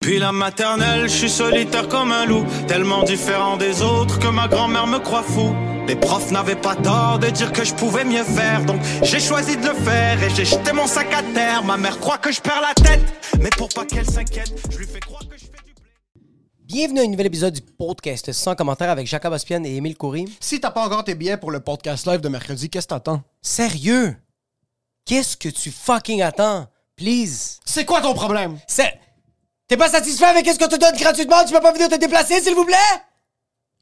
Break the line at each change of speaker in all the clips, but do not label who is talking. Puis la maternelle, je suis solitaire comme un loup, tellement différent des autres que ma grand-mère me croit fou. Les profs n'avaient pas tort de dire que je pouvais mieux faire, donc j'ai choisi de le faire et j'ai jeté mon sac à terre. Ma mère croit que je perds la tête, mais pour pas qu'elle s'inquiète, je lui fais croire que je fais du blé.
Bienvenue à un nouvel épisode du podcast sans commentaire avec Jacob Ospian et Émile Coury.
Si t'as pas encore tes billets pour le podcast live de mercredi, qu'est-ce que t'attends?
Sérieux? Qu'est-ce que tu fucking attends? Please.
C'est quoi ton problème?
C'est... T'es pas satisfait avec ce qu'on te donne gratuitement? Tu peux pas venir te déplacer, s'il vous plaît?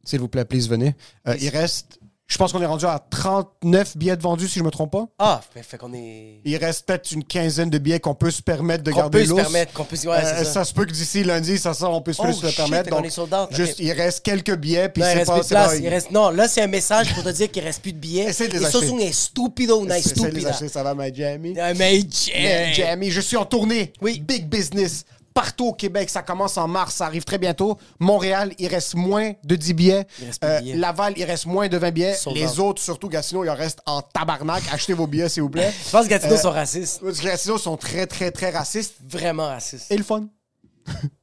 S'il vous plaît, please, venez. Euh, il reste, je pense qu'on est rendu à 39 billets de vendus, si je me trompe pas.
Ah, fait, fait qu'on est...
Il reste peut-être une quinzaine de billets qu'on peut se permettre de
Qu'on
garder
peut se
lousse.
permettre, qu'on peut se- ouais, c'est
Euh,
ça.
ça. se peut que d'ici lundi, ça sort, on peut se,
Oh,
plus se le
shit, fait
permettre.
qu'on
Donc,
est sold out.
juste,
Ok.
il reste quelques billets, puis
Non, il
c'est
reste
pas...
plus de
c'est pas-
place. Il reste... Non, là, c'est un message pour te dire qu'il reste plus de billets.
Essaye de les
Et
acheter.
ça, c'est un stupido, un
Essaye de les
stupida.
acheter, ça va, ma Jamie?
Ah, Mais
Yeah,
Jay!
Jamie, je suis en tournée.
Oui.
Big business. Partout au Québec, ça commence en mars, ça arrive très bientôt. Montréal, il reste moins de 10 billets. Euh,
Il reste plus de billets.
Laval, il reste moins de 20 billets.
Sold
Les
out.
autres, surtout Gatineau, il en reste en tabarnak. Achetez vos billets, s'il vous plaît.
Je pense que Gatineau
Euh,
sont racistes.
Gatineau sont très, très, très racistes.
Vraiment racistes.
Et le fun.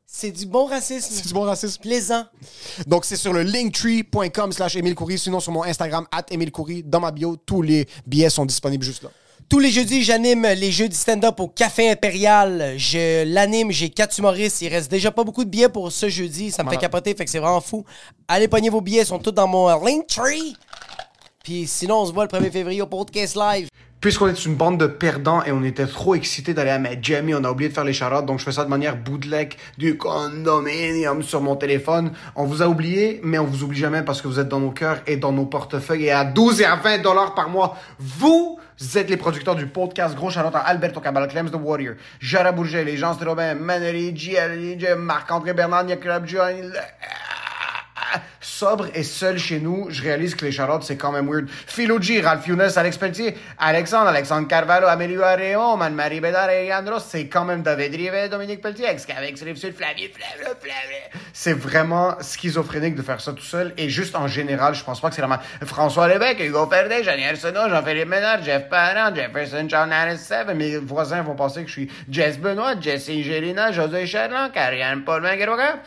C'est du bon racisme.
C'est du bon racisme.
Plaisant.
Donc, c'est sur le linktree.com slash Émile Coury, sinon sur mon Instagram, at Émile Coury. Dans ma bio, tous les billets sont disponibles juste là.
Tous les jeudis, j'anime les jeux du stand-up au Café Impérial. Je l'anime, j'ai quatre humoristes. Il reste déjà pas beaucoup de billets pour ce jeudi. Ça me fait capoter, fait que c'est vraiment fou. Allez pogner vos billets, ils sont tous dans mon euh, Linktree. Puis sinon, on se voit le 1er février au podcast live.
Puisqu'on est une bande de perdants et on était trop excités d'aller à ma Jamie, on a oublié de faire les charades, donc je fais ça de manière bootleg du condominium sur mon téléphone. On vous a oublié, mais on vous oublie jamais parce que vous êtes dans nos cœurs et dans nos portefeuilles et à 12 et à 20 dollars par mois, vous êtes les producteurs du podcast. Gros charlotte à Alberto Cabal, Clems The Warrior, Jara Bourget, les gens Robin, Maneri, Gianni, Marc-André Bernard, Nicolas Gianni, sobre et seul chez nous, je réalise que les charlottes, c'est quand même weird. Philo G, Ralph Younes, Alex Pelletier, Alexandre, Alexandre Carvalho, Amélie Areo, Anne-Marie Bédard et Andros, c'est quand même David Rivet, Dominique Pelletier, Excavex, Rive-Sud, Flavie, Flavie, Flavie. C'est vraiment schizophrénique de faire ça tout seul et juste en général, je pense pas que c'est la ma- François Lévesque, Hugo Ferdet, Jeannie Arsenault, Jean-Philippe Ménard, Jeff Parent, Jefferson, John Harris, Seven. Mes voisins vont penser que je suis Jess Benoît, Jesse Gélina, José Charland, Karianne Paul Mangueroga,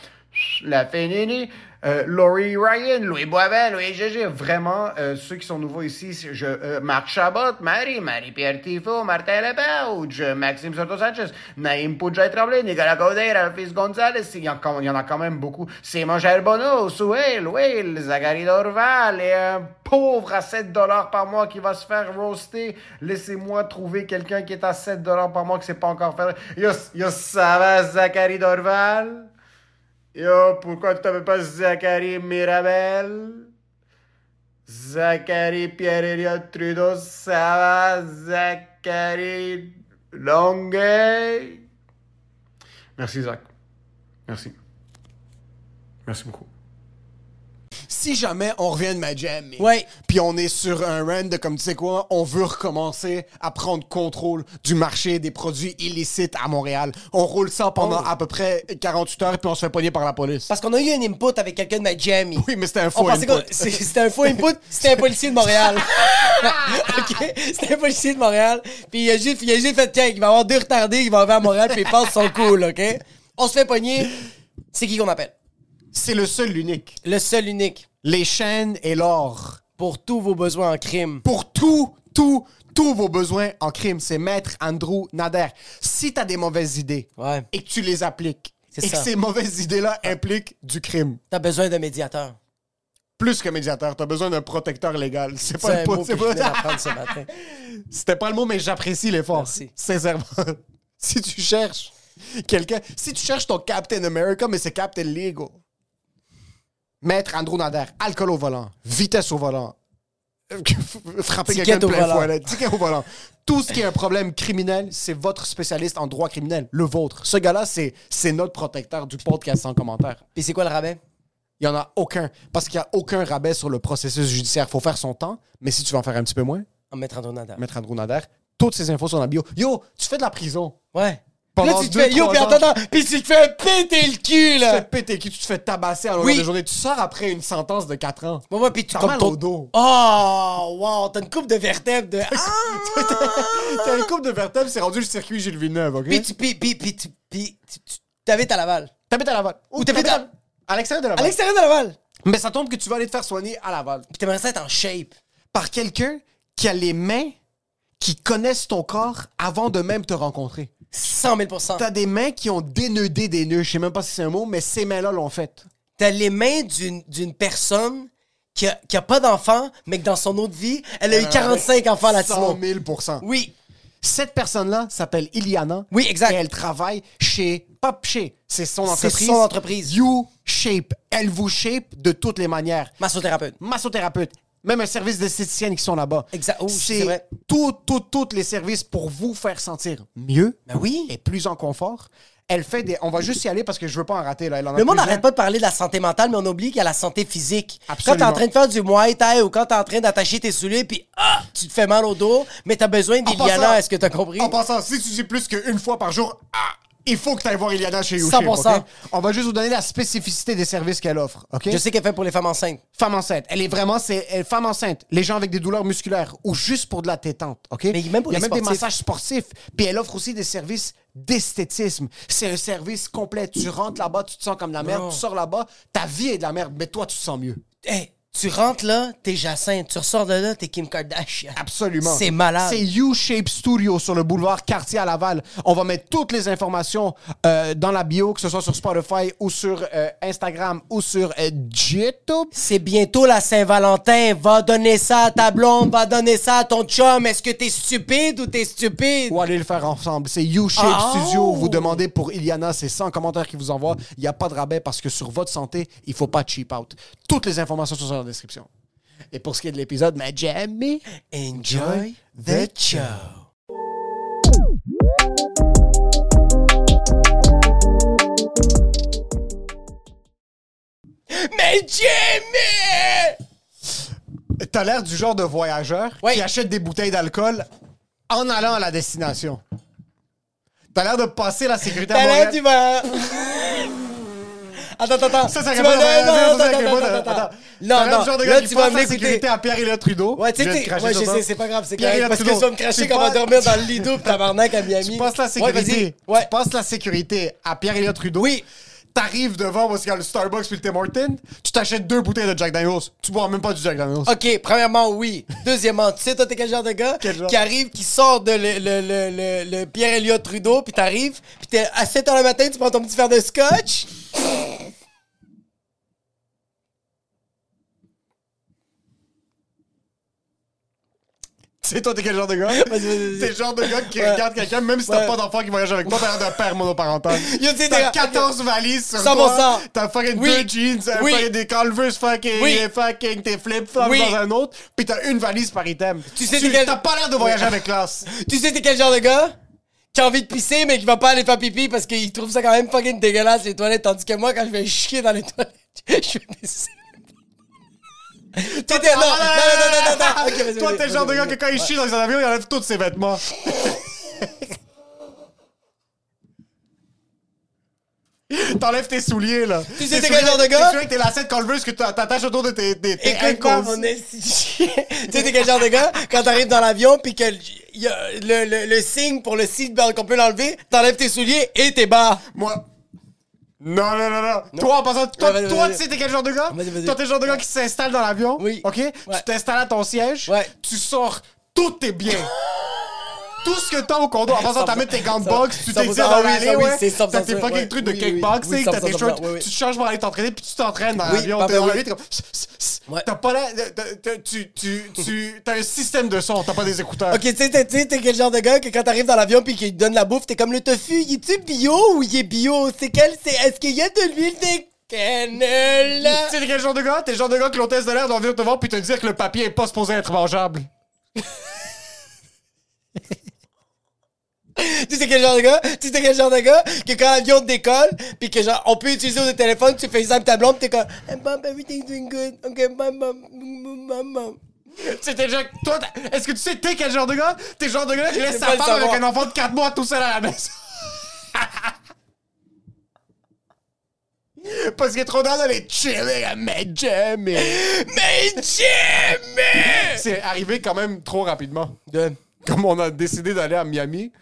la Fénini, euh, Laurie Ryan, Louis Boisvert, Louis GG, vraiment, euh, ceux qui sont nouveaux ici, c'est- je, euh, Marc Chabot, Marie, Marie-Pierre Tifo, Martin Lepauge, euh, Maxime Soto-Sanchez, Naïm Poudjay-Tremblay, Nicolas Caudet, Ralphis Gonzalez, il y, en, il y en a quand même beaucoup, Simon Charbonneau, Souhail, Will, Zachary Dorval, et un pauvre à 7 dollars par mois qui va se faire roaster, laissez-moi trouver quelqu'un qui est à 7 dollars par mois qui s'est pas encore fait, yo, yo, ça va, Zachary Dorval? Yo, pourquoi tu t'appelles pas Zachary Mirabel? Zachary Pierre-Éliott Trudeau, ça va? Zachary Longueuil? Merci, Zach. Merci. Merci beaucoup. Si jamais on revient de ma jam, mais-
Ouais.
puis on est sur un rand de comme tu sais quoi, on veut recommencer à prendre contrôle du marché des produits illicites à Montréal. On roule ça pendant
Oh.
à peu près 48 heures puis on se fait pogner par la police.
Parce qu'on a eu un input avec quelqu'un de ma jamie.
Oui, mais c'était un
On
faux
pensait
input.
Oh, que c'était un faux input, c'était un policier de Montréal. OK? C'était un policier de Montréal. Puis il a juste, il a juste fait, tiens, il va y avoir deux retardés qui vont arriver à Montréal, puis ils passent son cool, OK? On se fait pogner. C'est qui qu'on appelle?
C'est le seul, l'unique.
Le seul unique
Les chaînes et l'or.
pour tous vos besoins en crime.
Pour tout, tout, tous vos besoins en crime. C'est Maître Andrew Nader. Si t'as des mauvaises idées
Ouais.
et que tu les appliques,
C'est
et que
ça.
ces mauvaises idées-là impliquent du crime,
T'as besoin d'un médiateur.
plus que médiateur, t'as besoin d'un protecteur légal. C'est
C'est
pas
un
le
mot que
pot,
je
c'est
venais
pas-
d'apprendre ce matin.
C'était pas le mot, mais j'apprécie l'effort.
Merci.
Sincèrement. si tu cherches quelqu'un, si tu cherches ton Captain America, mais c'est Captain Legal. Maître Andrew Nader, alcool au volant, vitesse au volant, euh, frapper
Ticket
quelqu'un de
au
plein
volant.
fouet, là, ticket au volant. Tout ce qui est un problème criminel, c'est votre spécialiste en droit criminel, le vôtre. Ce gars-là, c'est c'est notre protecteur du podcast en commentaire.
Puis c'est quoi le rabais?
Il n'y en a aucun, parce qu'il n'y a aucun rabais sur le processus judiciaire. faut faire son temps, mais si tu veux en faire un petit peu moins,
En mettre en donadeur.
Maître Andrew Nader. Toutes ces infos sont dans la bio. Yo, tu fais de la prison.
Ouais.
Pendant
là, tu te
deux,
fais. Yo,
trois
puis
ans.
attends, attends, puis tu te fais péter le cul,
Tu te fais
là!
péter qui, tu te fais tabasser à longueur
Euh. Oui.
de journée. Tu sors après une sentence de 4 ans.
Moi, moi, puis tu
T'as
comme
mal
ton-
au dos.
Oh, wow, t'as une coupe de vertèbres de. Ah!
T'as une coupe de vertèbres, c'est rendu le circuit Gilles Villeneuve, OK?
Puis tu. Puis, puis, puis, tu- puis, tu- tu- t'habites à Laval.
t'habites à Laval. Ou
t'habites
t'habites
à-
à... à l'extérieur de
À
Laval.
l'extérieur de Laval.
Mais ça tombe que tu vas aller te faire soigner à Laval.
Puis t'aimerais ça être en shape.
Par quelqu'un qui a les mains qui connaissent ton corps avant de même te rencontrer.
100 000
T'as des mains qui ont dénudé des nœuds. Je sais même pas si c'est un mot, mais ces mains-là l'ont fait.
T'as les mains d'une d'une personne qui a, qui a pas d'enfant, mais que dans son autre vie, elle
Euh,
a eu 45 enfants là-dessus.
100 000
Oui.
Cette personne-là s'appelle Iliana.
Oui, exact.
Et elle travaille chez, pas chez, c'est son
C'est
entreprise.
son entreprise.
You Shape. Elle vous shape de toutes les manières.
Massothérapeute.
Massothérapeute. Même un service d'esthéticienne qui sont là-bas.
Exact. Oh, c'est
c'est
vrai.
tout, tout, tous les services pour vous faire sentir mieux.
Ben oui.
Et plus en confort. Elle fait des. On va juste y aller parce que je veux pas en rater. Là. Elle en a
Le monde
plusieurs.
n'arrête pas de parler de la santé mentale, mais on oublie qu'il y a la santé physique.
Absolument.
Quand t'es en train de faire du Muay Thai ou quand t'es en train d'attacher tes souliers, puis ah, tu te fais mal au dos, mais t'as besoin
En
d'Iliana,
passant-
est-ce que t'as compris?
En passant, si tu dis plus qu'une fois par jour, ah, il faut que tu ailles voir Iliana chez You
100%.
Shape, ok? On va juste vous donner la spécificité des services qu'elle offre. ok?
Je sais qu'elle fait pour les femmes enceintes.
Femme enceinte. Elle est vraiment, c'est elle, femme enceinte. Les gens avec des douleurs musculaires ou juste pour de la tétante, ok?
Mais même pour
Il y a
les
même des
sportifs.
massages sportifs. Puis elle offre aussi des services d'esthétisme. C'est un service complet. Tu rentres là-bas, tu te sens comme de la merde.
Non.
Tu sors là-bas, ta vie est de la merde, mais toi, tu te sens mieux.
Hey, tu rentres là, t'es Jacinthe. Tu ressors de là, t'es Kim Kardashian.
Absolument.
C'est malade.
C'est U-Shape Studio sur le boulevard Cartier à Laval. On va mettre toutes les informations euh, dans la bio, que ce soit sur Spotify ou sur euh, Instagram ou sur euh, YouTube.
C'est bientôt la Saint-Valentin. Va donner ça à ta blonde, va donner ça à ton chum. Est-ce que t'es stupide ou t'es stupide?
Ou allez le faire ensemble. C'est U-Shape
Ah, oh!
Studio. Vous demandez pour Iliana, c'est 100 commentaires qui vous envoie. Il n'y a pas de rabais parce que sur votre santé, il faut pas cheap out. Toutes les informations sont dans la description. Et pour ce qui est de l'épisode, mais jamais.
Enjoy the show. Mais Jimmy!
T'as l'air du genre de voyageur
Ouais.
qui achète des bouteilles d'alcool en allant à la destination. T'as l'air de passer la sécurité à
T'as l'air
Montréal.
du vent! Attends, attends, attends.
Ça, ça
Tu
répond
vas-
à Montréal,
non,
ça,
non,
ça, ça
attends,
répond à-
attends,
attends.
attends.
T'as
Non,
l'air du
non,
genre de
là,
gars qui
tu vas
passe la
m'écouter.
sécurité à Pierre-Éliott Trudeau.
Ouais, tu
Je
sais,
vais te
t'es-
cracher
ouais,
sur
je
ça.
sais, c'est pas grave, c'est correct.
Pierre-Éliott
Parce que
Trudeau,
je vais me cracher
tu
comme on
passes-
dormir dans le lit double, tabarnak à Miami.
Tu passes la
Ouais,
sécurité.
vas-y. ouais.
Tu passes la sécurité à Pierre-Éliott Trudeau.
Oui.
T'arrives devant parce qu'il y a le Starbucks puis le Tim Hortons. Tu t'achètes deux bouteilles de Jack Daniels. Tu bois même pas du Jack Daniels.
OK, premièrement, oui. Deuxièmement, tu sais, toi, t'es quel genre de gars
Quel genre?
qui arrive, qui sort de le, le, le, le, le pierre Elliott Trudeau, puis t'arrives, puis t'es à 7 h le matin, tu prends ton petit verre de scotch.
Tu sais, toi, t'es quel genre de gars?
vas-y, vas-y.
T'es le genre de gars qui regarde quelqu'un, même si t'as
Ouais.
pas d'enfant qui voyage avec toi, t'as l'air d'un père monoparental.
Yo, tu sais,
T'as
t'es-
14 valises sur
Sans
toi.
bon sens.
T'as fucking
Oui.
deux jeans, un
Oui.
fucking des Converse, fucking,
Oui.
fucking tes flip-flops
Oui.
dans un autre, pis t'as une valise par item.
Tu sais, t'es quel-
T'as pas l'air de voyager avec classe.
Tu sais, t'es quel genre de gars qui a envie de pisser, mais qui va pas aller faire pipi parce qu'il trouve ça quand même fucking dégueulasse, les toilettes, tandis que moi, quand je vais chier dans les toilettes, je vais pisser. Toi, t'es... Non, non, non, non, non, non. Ok, vas-y,
Toi,
vas-y,
t'es le genre de
vas-y,
gars que quand il chie dans un avion, il enlève tous ses vêtements. T'enlèves tes souliers, là.
Tu sais,
Tes
t'es quel
souliers-
genre de gars?
Tes souliers avec tes lacets de Converse que t'a- t'attaches autour de tes, tes, tes
Écoute-moi,
ankles.
mon esti. tu sais, t'es quel genre de gars, quand t'arrives dans l'avion, puis que l- y a le, le, le signe pour le seatbelt qu'on peut l'enlever, t'enlèves tes souliers et tes bas.
Moi. Non, non, non, non. Toi, en passant, toi,
Ouais, vas-y,
toi,
vas-y.
tu sais, t'es quel genre de gars?
Vas-y, vas-y.
Toi, t'es le genre de gars qui s'installe dans l'avion.
Oui.
OK?
Ouais.
Tu t'installes à ton siège.
Ouais.
Tu sors tout est bien. Tout ce que t'as au condo, en passant, t'amènes tes gants de boxe, tu
100%,
t'étires dans
ah oui,
l'allée,
ça, oui,
ouais.
c'est 100%,
T'as tes fucking
ouais.
trucs de
Oui, oui, oui.
kickboxing,
Oui,
t'as tes
100%,
shorts,
oui, oui.
tu te changes pour aller t'entraîner, puis tu t'entraînes dans
Oui,
l'avion,
bah,
t'es dans
bah,
la
oui.
vie, t'es comme... Chut, chut, chut.
Ouais.
T'as pas la... t'as- t'as- Tu... tu- tu- T'as un système de son, t'as pas des écouteurs.
Ok, tu sais, t'es- tu sais, t'es quel genre de gars que quand t'arrives dans l'avion puis qu'il te donne la bouffe, t'es comme le tofu, il est-tu bio ou il est bio? C'est quel, c'est, est-ce qu'il y a de l'huile de cannelle?
Tu sais quel genre de gars? T'es le genre de gars que l'hôtesse de l'air doit venir te voir puis te dire que le papier est pas supposé être mangeable.
Tu sais quel genre de gars? Tu sais quel genre de gars? Que quand l'avion décolle puis que genre, on peut utiliser le téléphone, tu fais ça avec ta blonde pis t'es comme, hey, mom, everything's doing good. Ok, mom, mom, mom, mom, mom.
C'était déjà. Toi, t'as- est-ce que tu sais, t'es quel genre de gars? T'es le genre de gars qui laisse
Je
sa
peux le
femme avec
savoir.
un enfant de 4 mois tout seul à la maison. Parce qu'il est trop dans d'aller chiller à mais jamais.
Mais Jimmy!
C'est arrivé quand même trop rapidement.
De-
Comme on a décidé d'aller à Miami,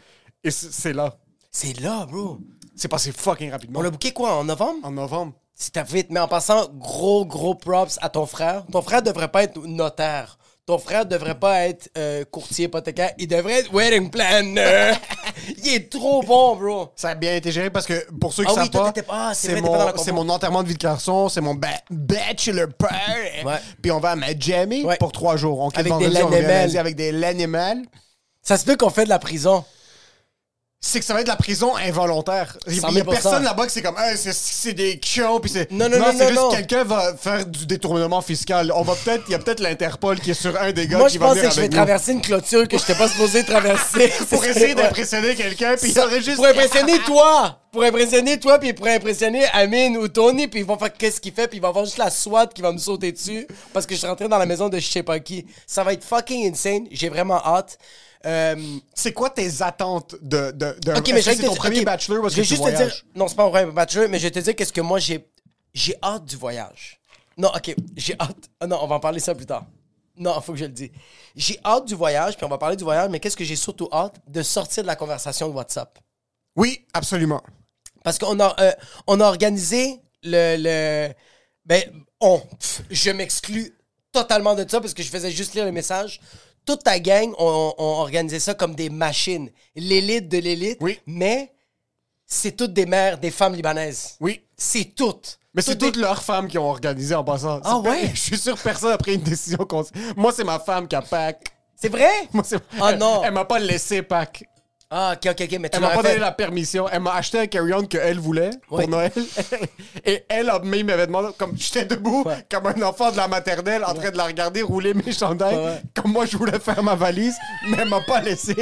et c- c'est là.
C'est là, bro.
C'est passé fucking rapidement.
On l'a booké quoi, en novembre?
En novembre.
C'était vite. Mais en passant, gros, gros props à ton frère. Ton frère devrait pas être notaire. Ton frère devrait pas être euh, courtier hypothécaire. Il devrait être wedding planner. Il est trop bon, bro.
Ça a bien été géré parce que pour ceux qui
Ah oui,
savent
toi,
pas,
t'étais pas- ah, c'est
c'est
vrai, t'étais pas dans la
mon,
compo.
c'est mon enterrement de vie de garçon, c'est mon ba- bachelor party.
Ouais.
Puis on va à Miami
Ouais.
pour trois jours. On quitte
Avec des
vendredi, on revient
Lannemel.
lundi avec des l'animal.
Ça se peut qu'on fait de la prison.
C'est que ça va être de la prison involontaire. Il y a-
100
il y a
000
personne là-bas qui c'est comme, Hey, c'est- c'est des cons. Puis c'est
Non, non, non,
c'est
non,
juste
non.
quelqu'un va faire du détournement fiscal. On va peut-être, il y a peut-être l'Interpol qui est sur un des gars
Moi,
qui
je
va
pensais
venir
que je vais
avec nous
traverser une clôture que je n'étais pas supposé traverser.
pour
d'impressionner.
essayer d'impressionner quelqu'un. Puis il
Ça-
aurait juste
Pour impressionner toi! Pour impressionner toi, puis pour impressionner Amine ou Tony, puis ils vont faire qu'est-ce qu'il fait, puis ils vont avoir juste la SWAT qui va me sauter dessus parce que je suis rentré dans la maison de je sais pas qui. Ça va être fucking insane, j'ai vraiment hâte. Euh,
C'est quoi tes attentes de, de, de
ok, mais je vais
est-ce que c'est
te-
ton premier
ok,
bachelor ou est-ce
je vais
que tu
juste te
voyages?
dire. Non, c'est pas mon premier bachelor, mais je vais te dire qu'est-ce que moi j'ai. J'ai hâte du voyage. Non, ok, j'ai hâte. Ah non, on va en parler ça plus tard. Non, faut que je le dise. J'ai hâte du voyage, puis on va parler du voyage, mais qu'est-ce que j'ai surtout hâte de sortir de la conversation de WhatsApp?
Oui, absolument.
Parce qu'on a, euh, on a organisé le. le- ben, on. Pff, je m'exclus totalement de ça parce que je faisais juste lire le message. Toute ta gang, on, on organisait ça comme des machines. L'élite de l'élite.
Oui.
Mais c'est toutes des mères, des femmes libanaises.
Oui.
C'est toutes.
Mais c'est
des-
toutes leurs femmes qui ont organisé en passant.
Ah
C'est-
ouais?
Je suis sûr que personne a pris une décision contre. Moi, c'est ma femme qui a pack.
C'est vrai?
Moi, c'est-
Ah
elle,
non.
Elle m'a pas laissé pack.
Ah, ok, ok, ok. Mais tu
Elle m'a
l'aurais
pas donné
fait.
la permission. Elle m'a acheté un carry-on qu'elle voulait
Ouais.
pour Noël. Et elle a mis mes vêtements comme j'étais debout, comme un enfant de la maternelle en train de la regarder rouler mes chandails,
Ouais, ouais.
comme moi je voulais faire ma valise, mais elle m'a pas laissé.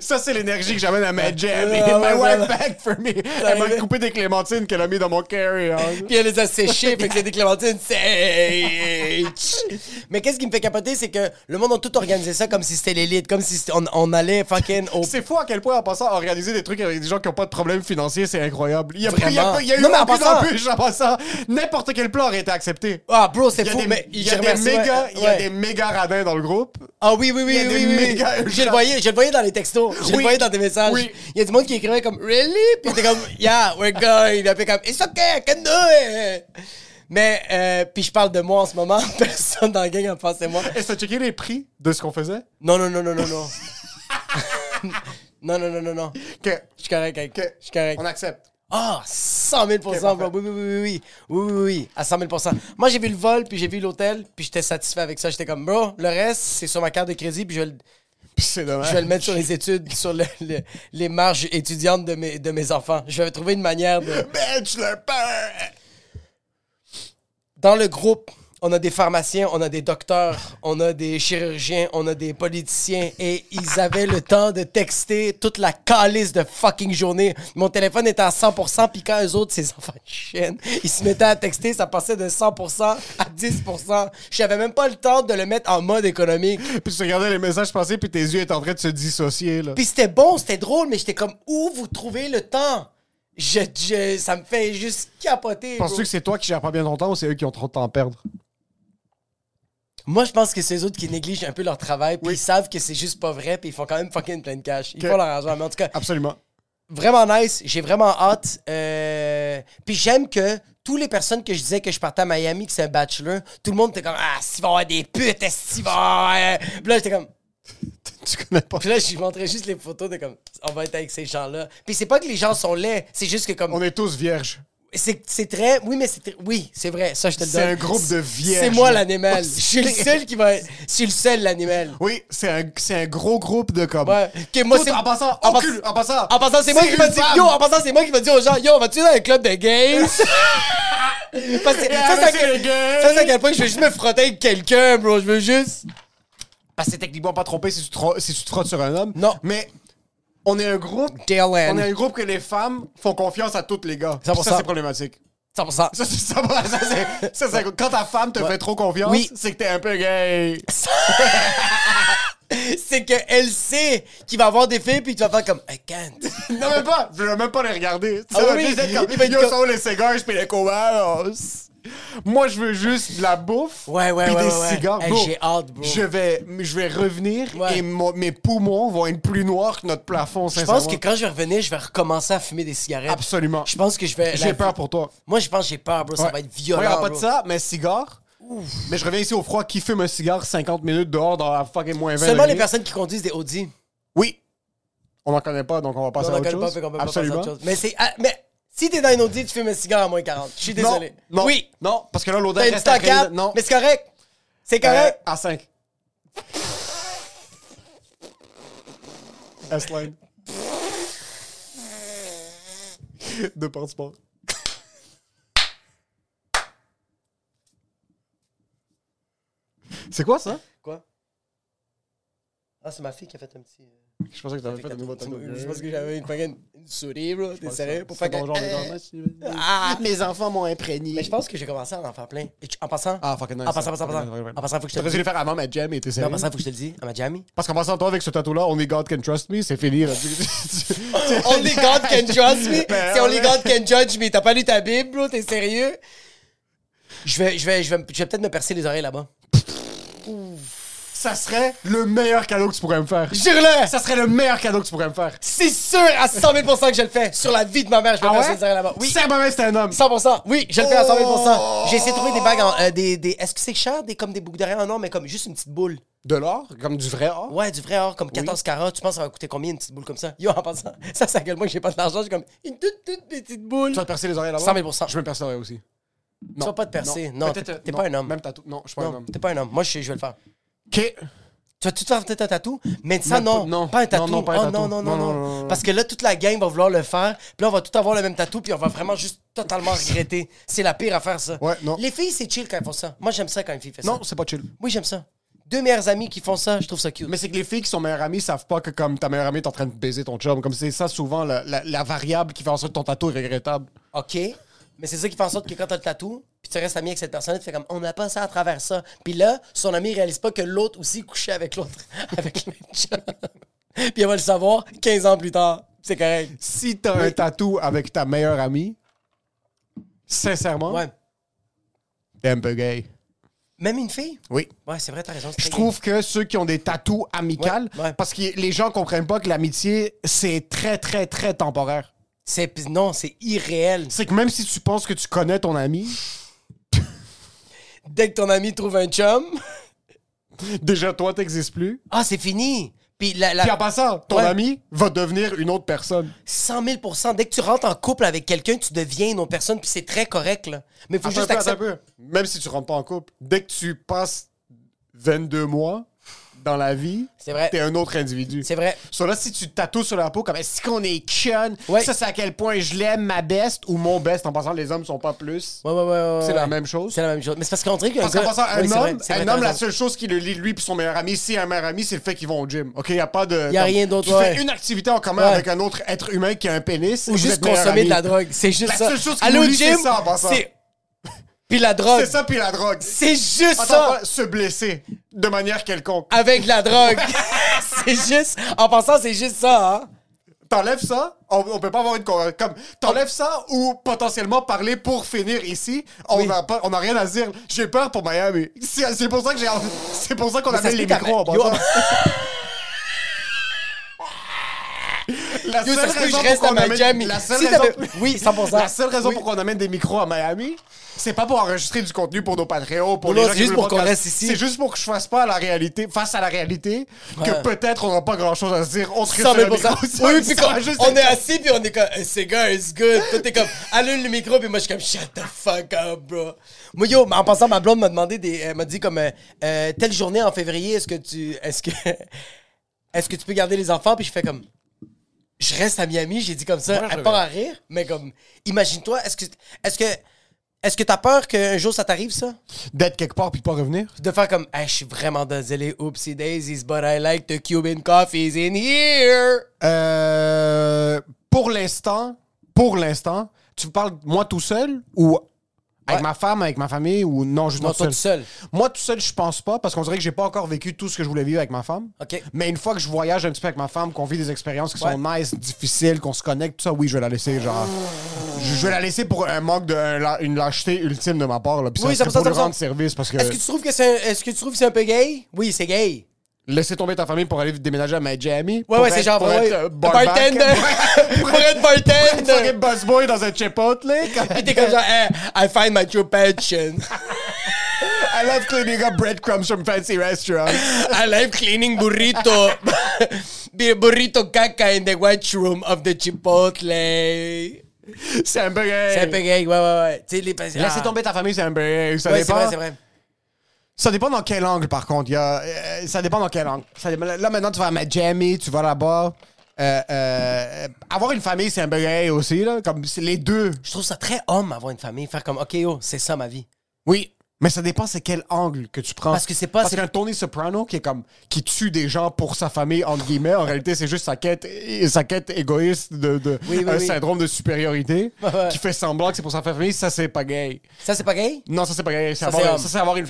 Ça, c'est l'énergie que j'amène à ma jam.
Ouais, ouais,
My
ouais.
wife back for me. Elle m'a coupé des clémentines qu'elle a mis dans mon carry-on.
Puis elle les a séchées, fait que c'est des clémentines sèches. Mais qu'est-ce qui me fait capoter, c'est que le monde a tout organisé ça comme si c'était l'élite, comme si c'était- on, on allait fucking au
C'est fou à quel point, en passant, organiser des trucs avec des gens qui n'ont pas de problèmes financiers, c'est incroyable. Il y a, il y a-
Vraiment.
il y a eu
Non, mais en
aucune
passant-
embûche en passant. N'importe quel plan aurait été accepté.
Ah, bro, c'est
Il y a
fou,
des,
mais
il y
je
a des
remercie, ouais,
méga, il y a
ouais.
des méga radins dans le groupe.
Ah oui, oui, oui,
il y
oui,
a
oui,
des
oui.
méga
Je le
ultra-
voyais, je le voyais dans les textos. Je le
Oui.
voyais dans des messages.
Oui.
Il y a du monde qui écrivait comme Really? Puis t'es comme Yeah, we're going. Puis après, comme It's okay, I can do it. Mais, euh, puis je parle de moi en ce moment. Personne dans la gang en pense à moi.
Est-ce que tu as checké les prix de ce qu'on faisait?
Non, non, non, non, non, non. non, non, non, non, non. Je
Que,
suis correct, avec-
que-
je suis correct.
On accepte.
Ah, 100 000
Ok,
bro.
parfait.
Oui, oui, oui, oui, oui, oui, oui, oui, à 100 000 Moi, j'ai vu le vol, puis j'ai vu l'hôtel, puis j'étais satisfait avec ça. J'étais comme, bro, le reste, c'est sur ma carte de crédit, puis je vais le,
Puis c'est dommage.
je vais le mettre sur les études, sur le- le- les marges étudiantes de mes, de mes enfants. Je vais trouver une manière de...
Bachelor Père!
Dans le groupe, on a des pharmaciens, on a des docteurs, on a des chirurgiens, on a des politiciens, et ils avaient le temps de texter toute la calice de fucking journée. Mon téléphone était à 100%, puis quand eux autres, ces enfants de chienne, ils se mettaient à texter, ça passait de 100% à 10%. J'avais même pas le temps de le mettre en mode économique.
Puis tu regardais les messages passer, puis tes yeux étaient en train de se dissocier. Là.
Puis c'était bon, c'était drôle, mais j'étais comme, où vous trouvez le temps? Je, je- ça me fait juste capoter. bro.
Penses-tu que c'est toi qui gères pas bien ton temps ou c'est eux qui ont trop de temps à perdre?
Moi, je pense que c'est eux autres qui négligent un peu leur travail, puis
Oui.
ils savent que c'est juste pas vrai, puis ils font quand même fucking plein de cash. Ils
Que-
font leur argent. Mais en tout cas,
Absolument.
vraiment nice. J'ai vraiment hâte. Euh, Puis j'aime que toutes les personnes que je disais que je partais à Miami, que c'est un bachelor, tout le monde était comme Ah, s'il va y avoir des putes, est-ce qu'il va y avoir, euh? Puis là, j'étais comme
tu connais pas.
Puis là, je lui montrais juste les photos de comme, on va être avec ces gens-là. Puis c'est pas que les gens sont laids, c'est juste que comme.
On est tous vierges.
C'est c'est très. Oui, mais c'est très- Oui, c'est vrai, ça, je te le
C'est
donne.
un groupe de vierges.
C'est moi
là.
l'animal. Je suis le seul qui va. Je suis le seul l'animal.
Oui, c'est un, c'est un gros groupe de comme.
Ouais. Ok, moi,
Tout
c'est-
en passant,
en
en, cul,
pass-
en passant.
En passant, c'est moi qui vais
une
dire.
femme.
Yo, en passant, c'est moi qui vais dire aux gens, yo, on va-tu dans un club de gays? Parce que ça, c'est à
arrêtez les
quel-
gays.
ça, c'est à quel point je veux juste me frotter avec quelqu'un, bro. Je veux juste.
Parce que c'est techniquement pas trompé si tu, tro- si tu te frottes sur un homme.
Non.
Mais on est un groupe.
Tail end.
On est un groupe que les femmes font confiance à tous les gars.
100%.
Ça, c'est problématique.
100%.
Ça, c'est ça, ça, c'est- ça, c'est- Quand ta femme te fait trop confiance,
Oui.
c'est que t'es un peu gay.
C'est qu'elle sait qu'il va avoir des filles, puis tu vas faire comme, I can't.
non, même pas. Je veux même pas les regarder.
Ah
Ça va
oui,
juste être comme,
il va être
Yo,
comme-
sont les cigars, puis les commerces. Moi, je veux juste de la bouffe.
Ouais, ouais,
puis
ouais,
des
ouais, ouais.
cigares.
Hey,
Bro,
j'ai hâte, bro.
Je vais, je vais revenir
Ouais.
et mon- mes poumons vont être plus noirs que notre plafond,
Je pense que quand je vais revenir, je vais recommencer à fumer des cigarettes.
Absolument.
Je pense que je vais.
J'ai
la-
peur pour toi.
Moi, je pense que j'ai peur, bro. Ça va être violent.
Regarde pas de
bro.
ça, mais cigare. Mais je reviens ici au froid. Qui fume un cigare 50 minutes dehors dans la fucking moins 20
Seulement les
degrés?
personnes qui conduisent des Audi.
Oui. On n'en connaît pas, donc on va passer
Non,
à
on
autre
connaît
chose.
pas, fait qu'on peut pas passer à
Absolument.
autre chose. Mais c'est. ah, Mais si t'es dans une Audi, tu fumes un cigare à moins 40. Je suis
Non,
désolé.
Non,
Oui.
Non, parce que là, l'odeur
T'as une
reste à
stock
créer-
cap,
Non.
mais c'est correct. C'est
Euh,
correct.
à 5. S-line. De par du sport. C'est quoi ça?
Quoi? Ah, c'est ma fille qui a fait un petit. euh,
Je pensais que t'avais fait un nouveau tableau.
Je pense que j'avais une, fucking- une souris, bro. T'es sérieux? Pour faire
C'est ton genre de
que.
jardin, si-
Euh, Ah!
Mes enfants m'ont imprégné.
Mais je pense que j'ai commencé à en faire plein. Et tu- En passant.
Ah, fucking nice.
En passant, en passant, en passant.
Ouais, ouais, ouais.
En passant, faut que je te
T'aurais
le
dû
dise.
le faire avant ma jam et t'es
Mais
sérieux.
En passant, faut que je te le dise à ma Jamie.
Parce qu'en passant, toi, avec ce tatou-là, Only God Can Trust Me, c'est fini. là. Tu- tu- tu-
Only God can judge me.
Ben,
C'est Only
ouais.
God can judge me. T'as pas lu ta Bible, bro? T'es sérieux? Je vais, je vais, je vais, je vais peut-être me percer les oreilles là-bas.
Ça serait le meilleur cadeau que tu pourrais me faire.
Jure-le!
Ça serait le meilleur cadeau que tu pourrais me faire.
C'est sûr à 100 000 que je le fais. Sur la vie de ma mère,
Ah
je vais me percer les oreilles là-bas. Oui.
C'est ma c'est un homme.
100 Oui, je le fais à 100 000
Oh!
J'ai essayé de trouver des bagues en. euh, des, des, Est-ce que c'est cher? Des, comme des boucles d'oreilles? Ah Non, mais comme juste une petite boule.
De l'or, comme du vrai or.
Ouais, du vrai or, comme 14 carats. Tu penses ça va coûter combien une petite boule comme ça? Yo, en passant, ça, ça gueule moi que j'ai pas de l'argent. J'ai comme une toute, toute petite boule.
Tu vas te percer les oreilles là-bas?
100 000
Je vais me percer les oreilles aussi.
Tu vas pas te percer. Non,
Peut-être, euh,
t'es
non.
pas un homme.
Même tatou. Non, je suis pas un
Non,
homme.
t'es pas un homme. Moi, je, sais, je vais le faire.
Ok.
Tu vas tout faire peut-être un tatou, mais ça,
Même
non.
pas- non.
Pas un
Non,
tatou.
non, pas un
Oh,
tatou.
non, non, non,
Non, non,
non.
non, non.
Parce que là, toute la gang va vouloir le faire, puis là, on va tout avoir le même tatou, puis on va vraiment juste totalement regretter. C'est la pire à faire, ça.
Ouais, non.
Les filles, c'est chill quand elles font ça. Moi, j'aime ça quand une fille fait ça.
Non, c'est pas chill.
Oui, j'aime ça. Deux meilleures amies qui font ça, je trouve ça cute.
Mais c'est que les filles qui sont meilleures amies savent pas que comme ta meilleure amie est en train de baiser ton chum. Comme c'est ça souvent la, la- la variable qui fait en sorte que ton tatou est regrettable.
OK. Mais c'est ça qui fait en sorte que quand t'as le tatou, puis tu restes ami avec cette personne, tu fais comme on a passé à travers ça. Puis là, son ami réalise pas que l'autre aussi couchait avec l'autre, avec le même chum. Puis elle va le savoir 15 ans plus tard. C'est correct.
Si t'as un tatou avec ta meilleure amie, sincèrement,
Ouais.
t'es un peu gay.
Même une fille?
Oui.
Ouais, c'est vrai, t'as raison. c'est
Je
très
trouve que ceux qui ont des tatous amicales,
Ouais, ouais.
parce que les gens comprennent pas que l'amitié, c'est très, très, très temporaire.
gay. C'est, non, c'est irréel.
C'est que même si tu penses que tu connais ton ami,
Dès que ton ami trouve un chum,
déjà toi, t'existes plus.
ah, c'est fini. Puis, la, la-
Puis en passant, ton
Ouais.
ami va devenir une autre personne.
100 000 dès que tu rentres en couple avec quelqu'un, tu deviens une autre personne, puis c'est très correct, là. Mais faut
Attends un
juste
peu,
accepter.
attends un peu. Même si tu rentres pas en couple, dès que tu passes 22 mois dans la vie,
C'est vrai.
t'es un autre individu.
C'est vrai.
Sur là, si tu te tatoues sur la peau, comme si qu'on est con,
Ouais.
ça c'est à quel point je l'aime, ma best ou mon best. En passant, les hommes sont pas plus.
Ouais, ouais, ouais, ouais,
C'est
ouais.
la même chose.
C'est la même chose. Mais c'est parce qu'on dirait qu'un
Parce qu'en
gars-
passant, un
Oui, c'est vrai,
homme,
c'est vrai,
un
t'as
homme la
raison.
seule chose qui le lie, lui puis son meilleur ami, si un meilleur ami, c'est le fait qu'ils vont au gym. OK? Il n'y a pas de.
Y a
comme-
rien d'autre,
Tu
ouais.
fais une activité en commun
Ouais.
avec un autre être humain qui a un pénis. et
Ou
vous
juste
êtes meilleurs
consommer de la
amis.
drogue. C'est juste
La
ça.
seule chose qui
Allô,
nous lie,
Jim?
c'est ça, en passant.
C'est- Puis la drogue.
C'est ça, puis la drogue.
C'est juste
Attends,
ça.
pas se blesser de manière quelconque.
Avec la drogue. c'est juste. En passant, c'est juste ça, hein.
T'enlèves ça, on, on peut pas avoir une con- euh, comme t'enlèves ça ou potentiellement parler pour finir ici. On
Oui.
n'a pas, on a rien à dire. J'ai peur pour Miami. C'est c'est pour ça que j'ai, c'est pour ça qu'on
Mais ça
appelle
se
les
peut qu'à-
micros en
Yo.
passant. La
Yo, ça
seule
se peut que
raison
je reste
pour
à
qu'on amène-
Miami.
La seule
Si
raison-
t'avais- oui, 100%.
La seule raison
Oui.
pour qu'on amène des micros à Miami, c'est pas pour enregistrer du contenu pour nos Patreons, pour
Non,
les gens
c'est
qui
juste
veulent
pour
le
qu'on
podcast.
reste ici.
C'est juste pour que je fasse pas à la réalité, face à la réalité, que
Ouais.
peut-être on n'a pas grand chose à se dire. On
100
se crée sur
000
le micro, ça-
Oui,
ça
puis
va
quand
juste
on
être-
est assis, puis on est comme, Eh, c'est gars, it's good. Toi, t'es comme, allume le micro, puis moi, je suis comme, shut the fuck up, bro. Moi, yo, mais en passant, ma blonde m'a demandé des. Elle m'a dit comme, euh, Euh, telle journée en février, est-ce que tu. Est-ce que. Est-ce que tu peux garder les enfants? Puis je fais comme. Je reste à Miami, j'ai dit comme ça,
Moi, je
elle part à rire, mais comme, imagine-toi, est-ce que. Est-ce que. Est-ce que t'as peur qu'un jour ça t'arrive, ça?
D'être quelque part puis de pas revenir.
de faire comme hey, je suis vraiment désolé oopsie daisies but I like the Cuban coffees in here
Euh, pour l'instant, pour l'instant, tu parles moi tout seul ou avec
Ouais.
ma femme, avec ma famille ou non, juste
Non,
moi
toi
tout seul.
tout seul.
Moi tout seul, je pense pas parce qu'on dirait que j'ai pas encore vécu tout ce que je voulais vivre avec ma femme.
Ok.
Mais une fois que je voyage un petit peu avec ma femme, qu'on vit des expériences qui
Ouais.
sont nice, difficiles, qu'on se connecte, tout ça, oui, je vais la laisser genre. Je je vais la laisser pour un manque de un la- une lâcheté ultime de ma part là. Puis
Oui,
ça, c'est
100%,
pour lui
100%.
rendre service parce que,
Est-ce que tu trouves que c'est un... est-ce que tu trouves que c'est un peu gay Oui, c'est gay.
laisser tomber ta famille pour aller déménager à Miami.
Ouais
pour
ouais, c'est
être-
genre
pour
ouais,
être, euh,
ouais.
barback.
bartender. pour être
Fucking
bartender.
boss boy dans un chipotle.
Puis t'es comme genre hey, I find my true passion.
I love cleaning up breadcrumbs from fancy restaurants.
I love cleaning burrito. Be a burrito caca in the white room of the Chipotle.
C'est un peu gay.
C'est un peu gay, ouais ouais ouais. Tu sais les passions.
Laissez tomber ta famille, c'est un peu gay. Ça
Ouais, c'est
dépend.
vrai, c'est vrai.
Ça dépend dans quel angle, par contre. Il y a, euh, ça dépend dans quel angle. Ça dépend- là, maintenant, tu vas à Miami, tu vas là-bas. Euh, euh, avoir une famille, c'est un peu gay aussi. Là. Comme c'est les deux.
Je trouve ça très homme avoir une famille, faire comme OK, yo, c'est ça ma vie.
Oui. Mais ça dépend c'est quel angle que tu prends.
Parce que c'est pas-
Parce
c'est-
qu'un Tony Soprano qui est comme qui tue des gens pour sa famille entre guillemets, en réalité c'est juste sa quête sa quête égoïste de, de-
Oui, oui,
un
oui.
syndrome de supériorité
ouais.
qui fait semblant que c'est pour sa famille, ça c'est pas gay.
Ça c'est pas gay
Non, ça c'est pas gay. C'est
Ça, c'est
avoir-
homme.
ça, c'est avoir une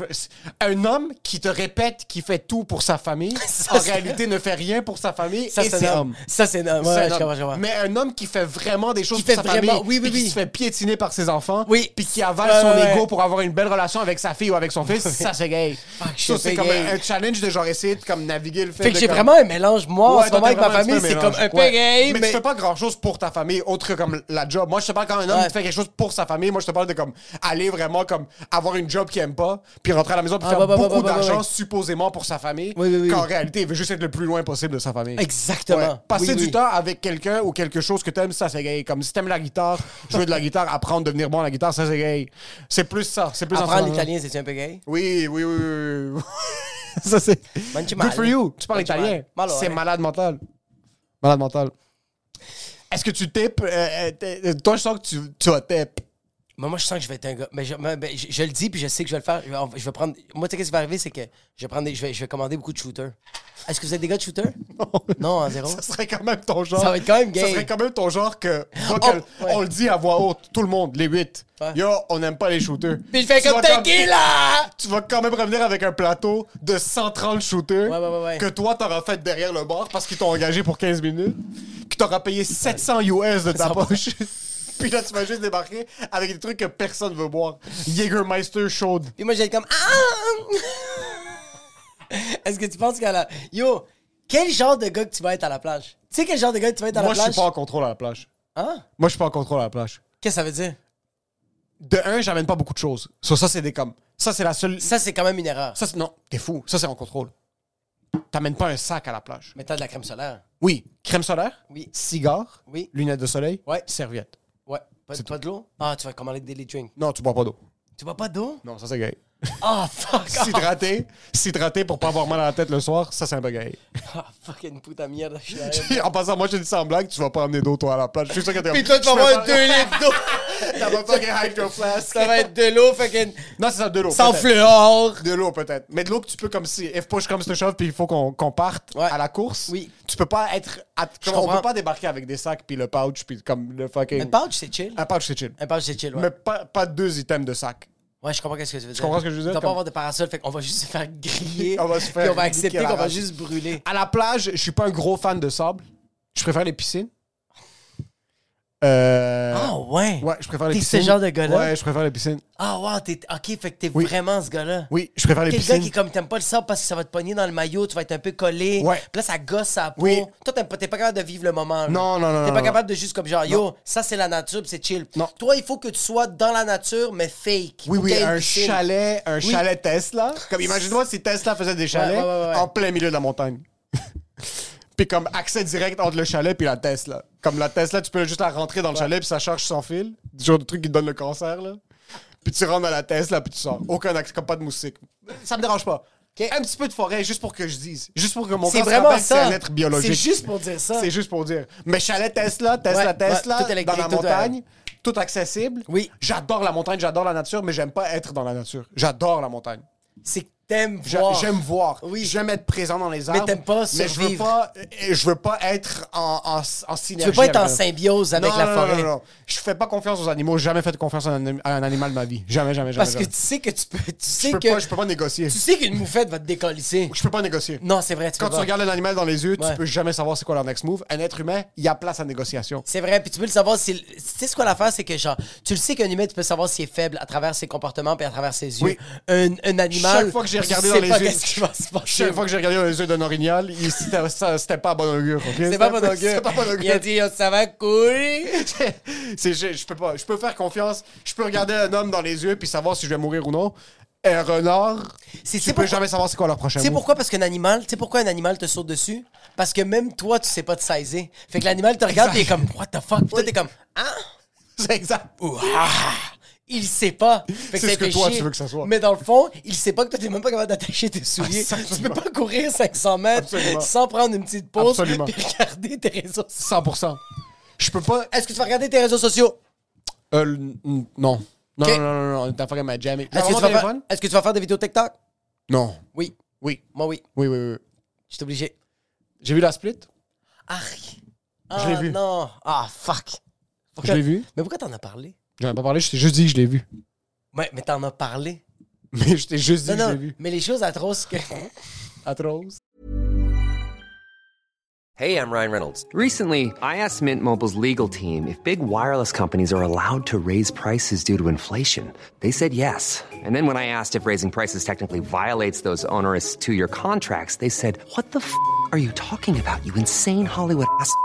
un homme qui te répète qu'il fait tout pour sa famille,
Ça,
en
c'est-
réalité ne fait rien pour sa famille
Ça,
et
c'est
c'est
un
homme.
homme. Ça, c'est un homme. Ouais,
C'est un
je
homme.
comprends, je comprends.
Mais un homme qui fait vraiment des choses
Qui fait
pour sa
vraiment-
famille,
oui, oui,
puis qui
oui.
se fait piétiner par ses enfants,
Oui.
puis qui avale
Ouais,
son
ouais,
ego
ouais.
pour avoir une belle relation avec sa fille ou avec son fils, ça c'est gay.
je
Ça,
suis
c'est
pas
comme
gay.
un un challenge de genre essayer de comme naviguer le fait.
Fait que
de
j'ai
comme-
vraiment un mélange. Moi, en
Ouais,
ce
toi,
moment,
t'as
avec ma
vraiment un
famille,
petit
Ah, c'est
peu
comme un
mélange.
peu
Ouais.
gay,
Mais,
mais.
tu fais pas grand chose pour ta famille, autre que comme la job. Moi, je te parle quand un homme
Ouais.
qui fait quelque chose pour sa famille. Moi, je te parle de comme aller vraiment comme avoir une job qu'il aime pas, puis rentrer à la maison, puis
Ah,
faire
bah, bah, bah,
beaucoup
bah, bah,
d'argent
ouais.
supposément pour sa famille.
Oui, oui, oui,
Qu'en
oui.
réalité, il veut juste être le plus loin possible de sa famille.
Exactement.
Ouais. Passer
Oui,
du
oui.
temps avec quelqu'un ou quelque chose que t'aimes, ça c'est gay. Comme si t'aimes la guitare, jouer de la guitare, apprendre, devenir bon à la guitare, ça c'est gay. C'est plus ça. C'est plus en
Apprendre
ce sens-là.
l'italien, c'est un peu gay.
Oui, oui, oui, oui. oui. ça, c'est.
Manchi
Good
male.
for you. Tu parles
Manchi
italien.
male. Malo,
C'est
ouais.
malade mental. Malade mental. Est-ce que tu tapes euh, Toi, je sens que tu, tu as tape.
Mais moi, je sens que je vais être un gars. Mais je, mais- mais je- je le dis, puis je sais que je vais le faire. Je vais, je vais prendre. Moi, tu sais, qu'est-ce qui va arriver, c'est que je vais, prendre des- je, vais, je vais commander beaucoup de shooters. Est-ce que vous êtes des gars de shooters Non, en zéro.
Ça serait quand même ton genre.
Ça va être quand même gay.
Ça serait quand même ton genre que. vocal-
Oh, ouais.
On le dit à voix haute, tout le monde, les huit.
Ouais.
Yo, on n'aime pas les shooters.
Puis je fais
Tu
comme
vas
tequila
Tu vas quand même revenir avec un plateau de 130 shooters
Ouais, ouais, ouais, ouais.
que toi t'auras fait derrière le bar parce qu'ils t'ont engagé pour 15 minutes, que t'auras payé 700 US de ta poche. Puis là, tu vas juste débarquer avec des trucs que personne veut boire. Jägermeister chaude.
Puis moi, j'allais comme. Ah! Est-ce que tu penses qu'à la. Yo, quel genre de gars que tu vas être à la plage? Tu sais quel genre de gars que tu vas être à
Moi,
la
je suis
plage?
pas en contrôle à la plage.
Hein?
Moi, je suis pas en contrôle à la plage.
Qu'est-ce que ça veut dire?
De un, j'amène pas beaucoup de choses. So, ça, c'est des comme. Ça, c'est la seule.
Ça, c'est quand même une erreur.
Ça, c'est- non, t'es fou. Ça, c'est en contrôle. T'amènes pas un sac à la plage.
Mais t'as de la crème solaire.
Oui, crème solaire.
Oui.
Cigare.
Oui.
Lunettes de soleil.
Ouais.
Serviette.
Ouais. Pas, pas de l'eau? Ah, tu vas commander des drinks.
Non, tu bois pas d'eau.
Tu bois pas d'eau?
Non, ça, c'est gay.
Ah, fuck! off.
S'hydrater, s'hydrater pour pas avoir mal à la tête le soir, ça c'est un bagay.
Ah, fucking puta merde, je suis là.
en passant, moi je te dis sans blague, tu vas pas emmener d'eau toi à la plage. Je suis sûr que t'es
Eh Puis toi, tu vas
Je
avoir
me-
deux litres d'eau.
T'as pas fucking hydro flask.
Ça va être de l'eau, fucking.
Non, c'est ça, de l'eau.
Sans
peut-être.
fluor.
De l'eau peut-être. Mais de l'eau que tu peux comme si, if push comme ce shove, puis il faut qu'on qu'on parte
Ouais.
à la course.
Oui.
Tu peux pas être. à- comme on
comprends.
peut pas débarquer avec des sacs puis le pouch puis comme le fucking.
Un pouch, c'est chill.
Un pouch, c'est chill.
Un pouch, c'est chill, ouais.
Mais pas, pas deux items de sac.
Ouais, je comprends qu'est-ce que tu veux dire.
comprends ce que je veux dire,
Tu vas
comme-
pas avoir de parasol, fait qu'on va juste se faire griller.
On va se faire
Puis on va
niquer
accepter
la
qu'on va
race.
juste brûler.
À la plage, je suis pas un gros fan de sable. Je préfère les piscines. Euh,
Ah ouais?
Ouais, je préfère les
T'es
piscines.
ce genre de gars-là?
Ouais, je préfère les piscines.
Ah, wow, t'es... OK, fait que t'es
Oui.
vraiment ce gars-là.
Oui, je préfère les
T'es le gars
piscines.
qui, comme, t'aimes pas le sable parce que ça va te pogner dans le maillot, tu vas être un peu collé.
Ouais.
Puis là, ça gosse sa peau.
Oui.
Toi, t'aimes pas- t'es pas capable de vivre le moment. là.
Non, non, non,
T'es
non,
pas
non.
capable de juste, comme, genre, yo, ça, c'est la nature, puis c'est chill.
Non.
Toi, il faut que tu sois dans la nature, mais fake.
Oui,
Faut
oui,
qu'il y ait une
un
piscine.
chalet, un
Oui.
chalet Tesla. Comme imagine-moi si Tesla faisait des chalets
ouais, ouais, ouais.
en plein milieu de la montagne. puis comme accès direct entre le chalet puis la Tesla. Comme la Tesla, tu peux juste la rentrer dans le chalet puis ça charge sans fil. Du genre de truc qui te donne le cancer, là. Puis tu rentres dans la Tesla puis tu sors. Aucun accès, comme pas de moustique. Ça me dérange pas. Un petit peu de forêt, juste pour que je dise. Juste pour que mon
C'est
corps se
vraiment
rappelle que
ça.
C'est un être biologique.
C'est juste pour dire ça.
C'est juste pour dire. Mais chalet Tesla, Tesla,
Ouais, ouais,
Tesla,
tout électrique,
dans la
tout, ouais.
montagne, tout accessible.
Oui.
J'adore la montagne, j'adore la nature, mais j'aime pas être dans la nature. J'adore la montagne.
C'est que t'aimes
J'a-
voir.
J'aime voir.
Oui.
J'aime être présent dans les arbres.
t'aimes pas
Mais je veux
survivre.
pas, et je veux pas être en, en, en synergie.
Tu veux pas être en
avec-
symbiose avec
Non,
la
non, non,
forêt.
Non, non. Je fais pas confiance aux animaux. J'ai jamais fait confiance à un, anim- à un animal de ma vie. Jamais, jamais, jamais.
Parce que
jamais.
tu sais que tu peux. Tu sais
je, peux
que.
pas, je peux pas négocier.
Tu sais qu'une moufette va te décolisser.
Je peux pas négocier.
Non, c'est vrai, tu
Quand
peux
tu
pas.
regardes un animal dans les yeux,
Ouais.
tu peux jamais savoir c'est quoi leur next move. Un être humain, il y a place à négociation.
C'est vrai, puis tu peux le savoir. si- Tu sais ce qu'on a faire, c'est que genre, tu le sais qu'un humain, tu peux savoir s'il est faible à travers ses comportements puis à travers ses yeux.
Oui.
Un, un animal.
Chaque fois que j'ai
tu
regardé
sais
dans les
pas
yeux-
qu'est-ce qui va se passer.
Chaque fois que j'ai regardé dans les yeux d'un orignal, il- c'était ça- c'était pas à bon augure. ok?
C'est pas mon augure.
C'était pas bon
Il a
augure.
dit, Yo, ça va couler.
Ben C'est- Je je peux pas. Je peux faire confiance. Je peux regarder un homme dans les yeux puis savoir si je vais mourir ou non. Un renard,
C'est-
tu
c'est
peux
pourquoi-
jamais savoir c'est quoi leur prochain
Tu sais
move.
pourquoi? Parce qu'un animal, tu sais pourquoi un animal te saute dessus? Parce que même toi, tu sais pas te saisir. Fait que l'animal te regarde et est comme, what the fuck? Puis toi, t'es comme, hein?
C'est exact.
Ou, ah! Il sait pas. Fait
C'est
ça
ce que
fait
toi, tu veux que ça soit.
Mais dans le fond, il sait pas que toi, t'es même pas capable d'attacher tes souliers.
Absolument.
Tu peux pas courir 500 mètres
Absolument.
sans prendre une petite pause et
Absolument.
regarder tes réseaux sociaux.
100%. Je peux pas.
Est-ce que tu vas regarder tes réseaux sociaux?
Euh, n- non. Non, non,
Ok.
non, non, non, T'as fait ma jam.
Est-ce que, tu vas faire... Est-ce que tu vas faire des vidéos TikTok?
Non.
Oui.
Oui.
Moi, oui.
Oui, oui, oui.
Je suis obligé.
J'ai vu la split.
Ah, ah
l'ai vu.
non. Ah, fuck.
Je l'ai vu.
Mais pourquoi t'en as parlé?
J'en ai pas parlé. Je t'ai juste dit que je l'ai vu.
Mais, mais t'en as parlé.
Mais je t'ai juste dit
Non,
que je l'ai
non.
vu.
Mais les choses atroces que.
Atroce.
Hey, I'm Ryan Reynolds. Recently, I asked Mint Mobile's legal team if big wireless companies are allowed to raise prices due to inflation. They said yes. And then when I asked if raising prices technically violates those onerous two year contracts, they said, What the f are you talking about, you insane Hollywood ass? f-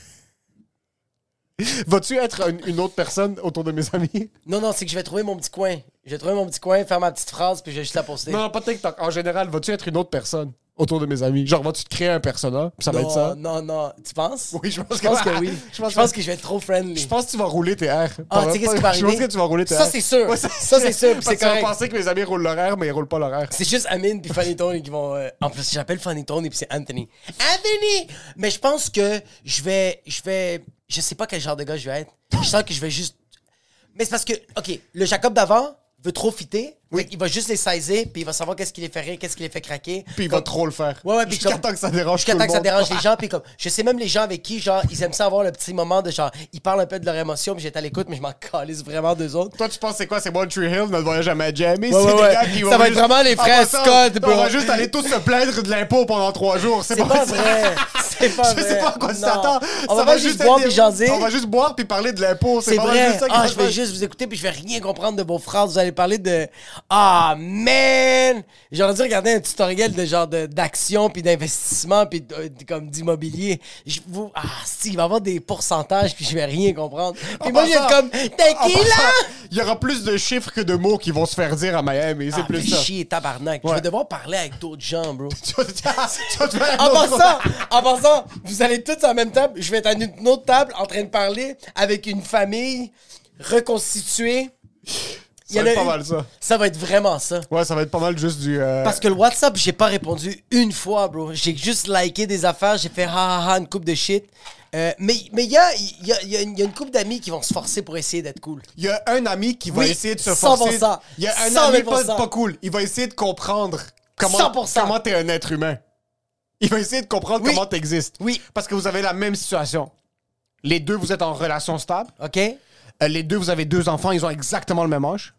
Vas-tu être une, une autre personne autour de mes amis?
Non, non, c'est que je vais trouver mon petit coin. Je vais trouver mon petit coin, faire ma petite phrase, puis je vais juste la poster.
Non, non, pas TikTok. En général, vas-tu être une autre personne autour de mes amis? Genre, vas-tu te créer un personnage? Ça va être ça?
non, non. Tu penses?
Oui, je pense
je pense
que-
que oui.
Je pense
je pense
que-
que je vais être trop friendly.
Je pense que tu vas rouler tes airs.
Ah, tu sais qu'est-ce qui va
Je pense
arriver?
que tu vas rouler tes
Ça,
airs.
c'est sûr. Ça, c'est sûr, puis
Parce
c'est
que tu vas
correct.
penser que mes amis roulent leur air, mais ils roulent pas leur air.
C'est juste Amine puis Funny Tony qui vont. euh, En plus, j'appelle Funny Tony puis c'est Anthony. Anthony! Mais je pense que je vais. Je vais. Je sais pas quel genre de gars je vais être. Je sens que je vais juste. Mais c'est parce que, OK, le Jacob d'avant veut trop fitter. Oui. Il va juste les saisir puis il va savoir qu'est-ce qui les fait rire, qu'est-ce qui les fait craquer.
Puis il
Comme-
va trop le faire.
Ouais, ouais, puis
Jusqu'à
comme-
temps que ça dérange
Jusqu'à
tout
temps
le
que ça
monde.
dérange les gens, puis comme, je sais même les gens avec qui, genre, ils aiment ça avoir le petit moment de genre, ils parlent un peu de leur émotion, puis j'étais à l'écoute, mais je m'en calisse vraiment d'eux autres.
Toi, tu penses c'est quoi? C'est One Tree Hill, notre voyage à Miami? c'est
ouais,
des
ouais.
gars qui
Ça
vont
va être
juste-
vraiment les
En
frères
passant,
Scott, bro.
On va juste aller tous se plaindre de l'impôt pendant trois jours. C'est
C'est pas vrai! C'est pas
Je
vrai!
sais pas à quoi tu
Non.
t'attends.
On
Ça
va, juste
être
boire
des-
puis jaser.
On va juste boire puis parler de l'impôt.
C'est
pas mal
vrai!
ça qui
Ah,
va
je vais
faire.
juste vous écouter, puis je vais rien comprendre de vos phrases. Vous allez parler de. Ah, man! J'aurais dû regarder un tutoriel de genre de- d'action, puis d'investissement, puis de- de- comme d'immobilier. Je vous- Ah, si, il va y avoir des pourcentages, puis je vais rien comprendre. Puis
En
moi, je vais
passant-
être comme, t'es
en
qui là?
passant, Il y aura plus de chiffres que de mots qui vont se faire dire à Miami. C'est
Ah,
plus
fais
ça.
chier, tabarnak. Je vais devoir parler avec d'autres gens, bro.
Tu vas te- tu vas te faire un
En
autre-
passant, en passant, vous allez tous à la même table. Je vais être à une autre table en train de parler avec une famille reconstituée. Il y
Ça va
en a
être pas
une-
mal ça.
Ça va être vraiment ça.
Ouais, ça va être pas mal juste du. euh,
Parce que le WhatsApp, j'ai pas répondu une fois, bro. J'ai juste liké des affaires, j'ai fait ha ha ha une coupe de shit. Euh, mais mais il y a, il y, a, il y a une- il y a une couple d'amis qui vont se forcer pour essayer d'être cool.
Il y a un ami qui va
Oui,
essayer de se
100%.
forcer. Il y a un ami pas,
100%.
pas cool. Il va essayer de comprendre comment
100%.
comment t'es un être humain. Il va essayer de comprendre
Oui.
comment t'existes.
Oui.
Parce que vous avez la même situation. Les deux, vous êtes en relation stable.
OK?
Euh, Les deux, vous avez deux enfants. Ils ont exactement le même âge.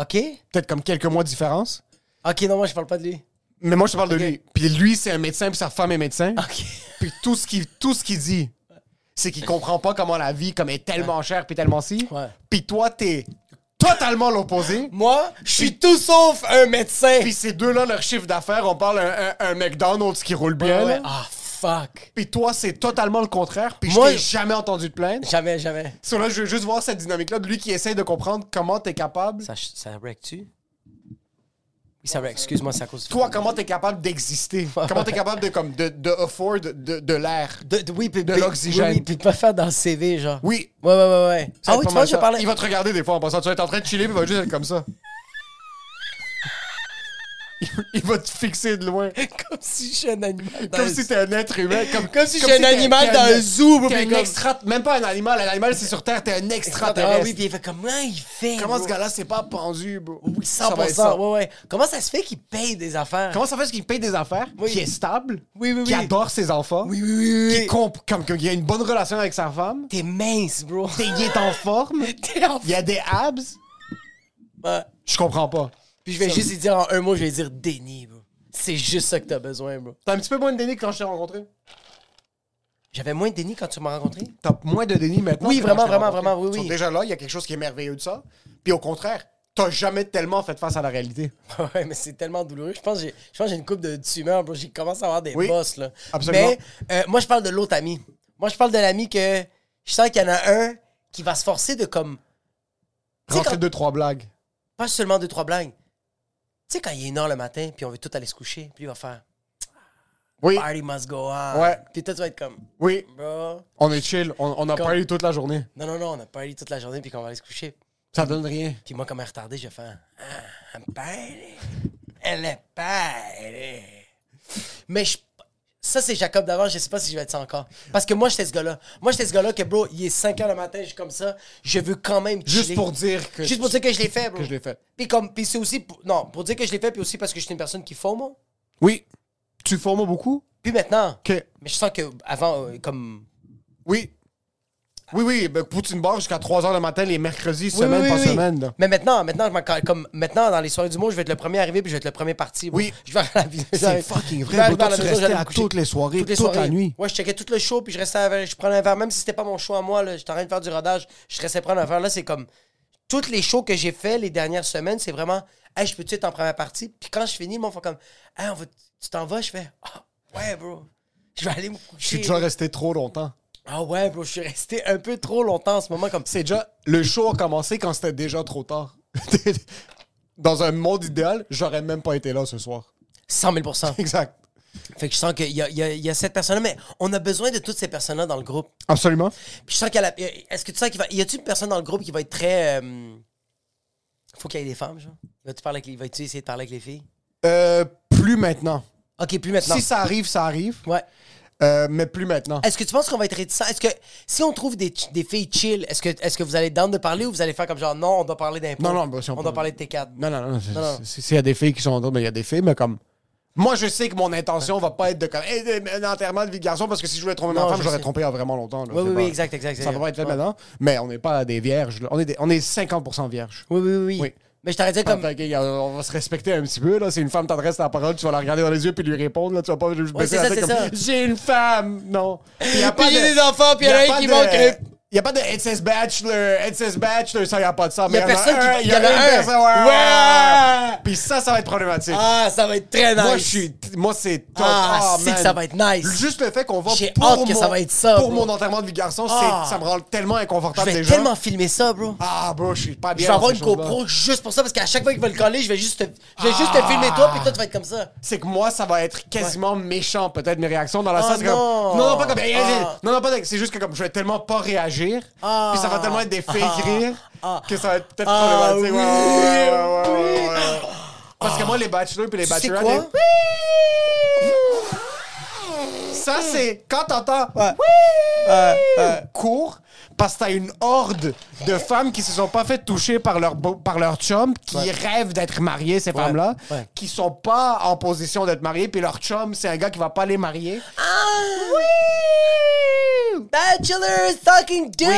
OK?
Peut-être comme quelques mois de différence.
OK, non, moi, je parle pas de lui.
Mais moi, je te parle de lui. Puis lui, c'est un médecin, puis sa femme est médecin.
OK.
Puis tout ce qu'il tout ce qu'il dit, c'est qu'il comprend pas comment la vie comme est tellement chère puis tellement si.
Ouais.
Puis toi, t'es totalement l'opposé.
Moi, je suis tout sauf un médecin.
Puis ces deux-là, leur chiffre d'affaires, on parle un, un- un McDonald's qui roule bien.
Ouais,
là.
ouais. Ah, fuck.
Puis toi, c'est totalement le contraire. Puis je
Moi,
t'ai jamais entendu te plaindre.
Jamais, jamais.
Sur là, je veux juste voir cette dynamique-là de lui qui essaye de comprendre comment t'es capable.
Ça, ça wreck-tu? Oui, ça wreck. Excuse-moi, c'est à cause du
Toi, comment t'es capable d'exister. comment t'es capable de, comme, de, de afford de, de l'air.
De, de- oui, puis-
de
puis-
l'oxygène.
Oui, oui, puis pas faire dans le CV, genre.
Oui.
Ouais, ouais, ouais, ouais.
Ça va
ah oui,
être pas
tu vois,
mal
je
ça.
parlais.
Il va te regarder des fois en passant. Tu vas être en train de chiller, puis il va juste être comme ça. Il- Il va te fixer de loin.
Comme si j'étais un animal. dans
Comme
le-
si t'es un être humain. Comme,
Comme si j'étais un
t'es-
animal
t'es
dans
un-
un zoo,
T'es
puis
un
comme-
extra... Même pas un animal. Un animal, c'est sur Terre. T'es un extraterrestre.
Ah oui, puis il fait comme, ah, il fait.
Comment
bro.
ce gars-là s'est pas pendu, bro?
Oui, 100%.
Ça va être ça.
Ouais, ouais. Comment ça se fait qu'il paye des affaires?
Comment ça fait qu'il paye des affaires,
Oui.
qui est stable,
Oui, oui,
qui
oui.
adore ses enfants,
Oui, oui, oui, oui.
qui comp- comme comme- qui a une bonne relation avec sa femme,
T'es mince, bro.
t'es- il est en forme,
T'es en
il y a des abs?
Ouais.
Je comprends pas.
Puis je vais juste lui dire en un mot, je vais lui dire déni, bro. C'est juste ça que t'as besoin, bro.
T'as un petit peu moins de déni que quand je t'ai rencontré?
J'avais moins de déni quand tu m'as rencontré?
T'as moins de déni maintenant?
Oui,
que quand
vraiment,
je t'ai
vraiment,
rencontré.
vraiment, oui,
Ils sont
oui.
déjà là, il y a quelque chose qui est merveilleux de ça. Puis au contraire, t'as jamais tellement fait face à la réalité.
Ouais, mais c'est tellement douloureux. Je pense que j'ai, je pense que j'ai une coupe de tumeurs, bro. J'ai commencé à avoir des
Oui,
bosses, là.
absolument.
Mais euh, moi, je parle de l'autre ami. Moi, je parle de l'ami que je sens qu'il y en a un qui va se forcer de comme. Tu sais,
Rentrer
quand-
deux, trois blagues.
Pas seulement deux, trois blagues. Tu sais, quand il est 1h le matin, puis on veut tout aller se coucher, puis il va faire
Oui,
Party must go on.
Ouais.
Puis toi, tu vas être comme
oui,
Bro.
on est chill, on, on a
Quand-
parlé toute la journée.
Non, non, non, on a party toute la journée, puis qu'on va aller se coucher.
Ça donne rien.
Puis moi, comme un retardé, je fais ah, I'm party. Elle est party. Mais je- ça, c'est Jacob d'avant. Je sais pas si je vais être ça encore. Parce que moi, j'étais ce gars-là. Moi, j'étais ce gars-là que, bro, il est 5 h le matin, je suis comme ça. Je veux quand même.
Juste
chiller.
pour dire que-
Juste pour dire que je l'ai fait, bro.
que je l'ai fait.
Puis, comme, puis c'est aussi. pour- non, pour dire que je l'ai fait, puis aussi parce que je suis une personne qui FOMO.
Oui. Tu formes beaucoup?
Puis maintenant.
Ok.
Mais je sens que avant, euh, comme.
Oui. Oui, oui, ben, poutine bar jusqu'à 3h le matin, les mercredis,
Oui,
semaine
oui,
par
oui, oui.
semaine. là.
Mais maintenant, maintenant, je m'en cal- comme maintenant dans les soirées du mot, je vais être le premier arrivé puis je vais être le premier parti. bro.
Oui.
je vais à la vie.
C'est fucking vrai,
Je vais arriver
bro. Toi,
à la maison, je
tu
vais aller
restais
me
à
coucher.
toutes les soirées, toute la nuit.
Ouais, je checkais tout le show puis je restais, avec- je prenais un verre, même si c'était pas mon show à moi, là, j'étais en train de faire du rodage, je restais prendre un verre. Là, c'est comme toutes les shows que j'ai fait les dernières semaines, c'est vraiment, hey, je peux-tu être en première partie Puis quand je finis, ils m'ont fait comme, hey, on va, tu t'en vas, je fais, ah ouais, bro, je vais aller me coucher.
Je suis déjà resté trop longtemps.
Ah ouais, bro, je suis resté un peu trop longtemps en ce moment comme.
C'est déjà. Le show a commencé quand c'était déjà trop tard. Dans un monde idéal, j'aurais même pas été là ce soir.
100 000
Exact.
Fait que je sens qu'il y a, il y a- il y a cette personne-là, mais on a besoin de toutes ces personnes-là dans le groupe.
Absolument.
Puis je sens qu'elle a. Est-ce que tu sens qu'il va. Y a-tu une personne dans le groupe qui va être très. euh, faut qu'il y ait des femmes, genre Vas-tu parler avec les... Vas-tu essayer de parler avec les filles
Euh, plus maintenant.
Ok, plus maintenant.
Si ça arrive, ça arrive.
Ouais.
Euh, mais plus maintenant.
Est-ce que tu penses qu'on va être réticent Est-ce que si on trouve des, ch- des filles chill, est-ce que, est que vous allez être down de parler ou vous allez faire comme genre non, on doit parler d'impôts
Non, non, bah, si on
on,
peut-
doit parler de T4.
Non, non, non. c'est-
Non, non.
c'est- S'il y a des filles qui sont en mais il y a des filles, mais comme. Moi, je sais que mon intention va pas être de comme. Hey, un enterrement de vie de garçon, parce que si je voulais tromper
Non,
ma femme,
je
j'aurais
sais.
trompé il y a vraiment longtemps. là.
Oui,
C'est
oui, oui,
pas-
exact, exact,
Ça
exact.
va pas être fait
Ouais.
maintenant, mais on n'est pas des vierges. là. On est, des- on est 50% vierges.
Oui, oui, oui.
Oui.
Mais je t'arrêtais
Ah, Fait
comme.
que, y a- on va se respecter un petit peu. Là. Si une femme t'adresse la parole, tu vas la regarder dans les yeux puis lui répondre. Là. Tu vas pas juste
Ouais,
baisser
c'est
la
ça,
tête
c'est
comme
ça.
J'ai une femme! Non. Il y a
Puis
pas
j'ai
de-
des enfants, puis il y en
y
a un
pas
qui
de-
manque.
Il n'y a pas de It says Bachelor, It says Bachelor, ça, il n'y a pas de ça.
Il y a personne qui-
Il y en
il y
a
en a
une
un.
personne. Ouais! Puis ça, ça va être problématique.
Ah, ça va être très nice.
Moi, je suis. Moi, c'est top.
Ah,
Oh,
c'est
man.
que ça va être nice.
Juste le fait qu'on va.
J'ai
pour
hâte que
mon-
ça va être ça,
Pour
bro.
mon enterrement de vie de garçon, c'est-
Ah.
ça me rend tellement
Je
inconfortable
vais
déjà.
tellement filmer ça, bro.
Ah, bro, je suis pas bien.
je vais avoir
dans
une
ces choses-là.
GoPro juste pour ça parce qu'à chaque fois qu'ils veulent coller, je vais juste te, je vais juste te filmer toi puis toi tu vas être comme ça.
C'est que moi, ça va être quasiment méchant, peut-être, mes réactions dans la
Ah,
salle. c'est comme-
non.
Non, non, pas comme. eh,
Ah.
Non, non, pas de- C'est juste que comme je vais tellement pas réagir.
Ah.
Puis ça va tellement être des fake
Ah.
rires
Ah.
que ça va être peut-être
Ah,
problématique. Ouais,
oui,
ouais, ouais, ouais, ouais,
oui. Ah.
ouais. Parce que moi, les bachelors puis les
Tu sais
bachelorettes.
quoi?
les- Ça, c'est quand t'entends. euh, euh, court parce que t'as une horde de femmes qui se sont pas fait toucher par leur, beau- par leur chum, qui rêvent d'être mariées, ces femmes-là,
ouais.
qui sont pas en position d'être mariées, puis leur chum, c'est un gars qui va pas les marier.
Ah! Bachelor sucking dicks.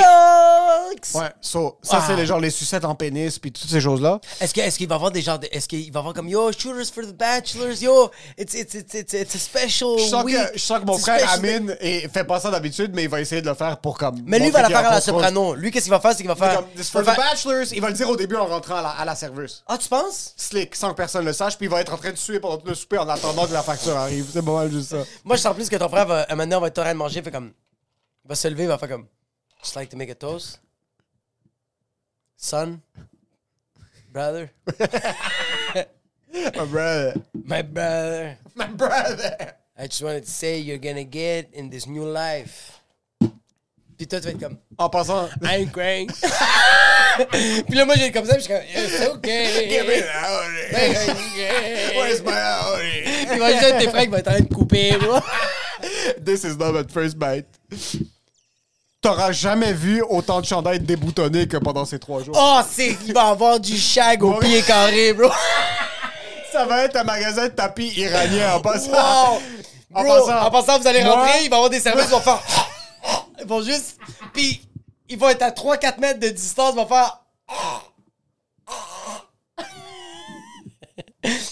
Ouais, so, ça,
Ah. Oh
c'est les, genre les sucettes en pénis, puis toutes ces choses-là.
Est-ce que est-ce qu'il va avoir des gens de- est-ce qu'il va avoir comme yo shooters for the bachelors yo it's it's it's it's, it's a special
Je sens,
week.
que, je sens que mon
It's a
frère
special-
Amine et fait pas ça d'habitude, mais il va essayer de le faire pour comme.
Mais lui il va
montrer
la
qu'il est
faire à
en
la
contrôle.
soprano. Lui qu'est-ce qu'il va faire c'est qu'il va
Mais
faire
comme, for
il va
the
faire-
bachelors, il va le dire au début en rentrant à la, à la serveuse.
Ah tu penses
slick sans que personne le sache, puis il va être en train de suer pendant tout le souper en attendant que la facture arrive. C'est pas mal juste ça.
Moi je sens plus que ton frère va un moment donné, on va être en train de manger fait comme il va se lever il va faire comme just like to make a toast son brother
My brother.
my brother
My brother.
I just wanted to say you're gonna get in this new life. Puis toi, tu vas être comme,
En passant.
I'm crying. puis là, moi, j'ai comme ça, puis je suis comme, it's
Give me
okay.
the honey. Where's
Where's
my honey?
Puis imagine un de tes frères qui va être en train de couper, moi.
This is not my first bite. T'auras jamais vu autant de chandails déboutonnés que pendant ces trois jours.
Oh, c'est qu'il va avoir du shag au pied carré, bro.
Ça va être un magasin de tapis iranien en passant.
Wow.
En
Bro,
passant.
en passant, vous allez
Moi-
rentrer, il va y avoir des services, ils vont faire. Ils vont juste. Puis, ils vont être à 3-4 mètres de distance, ils vont faire.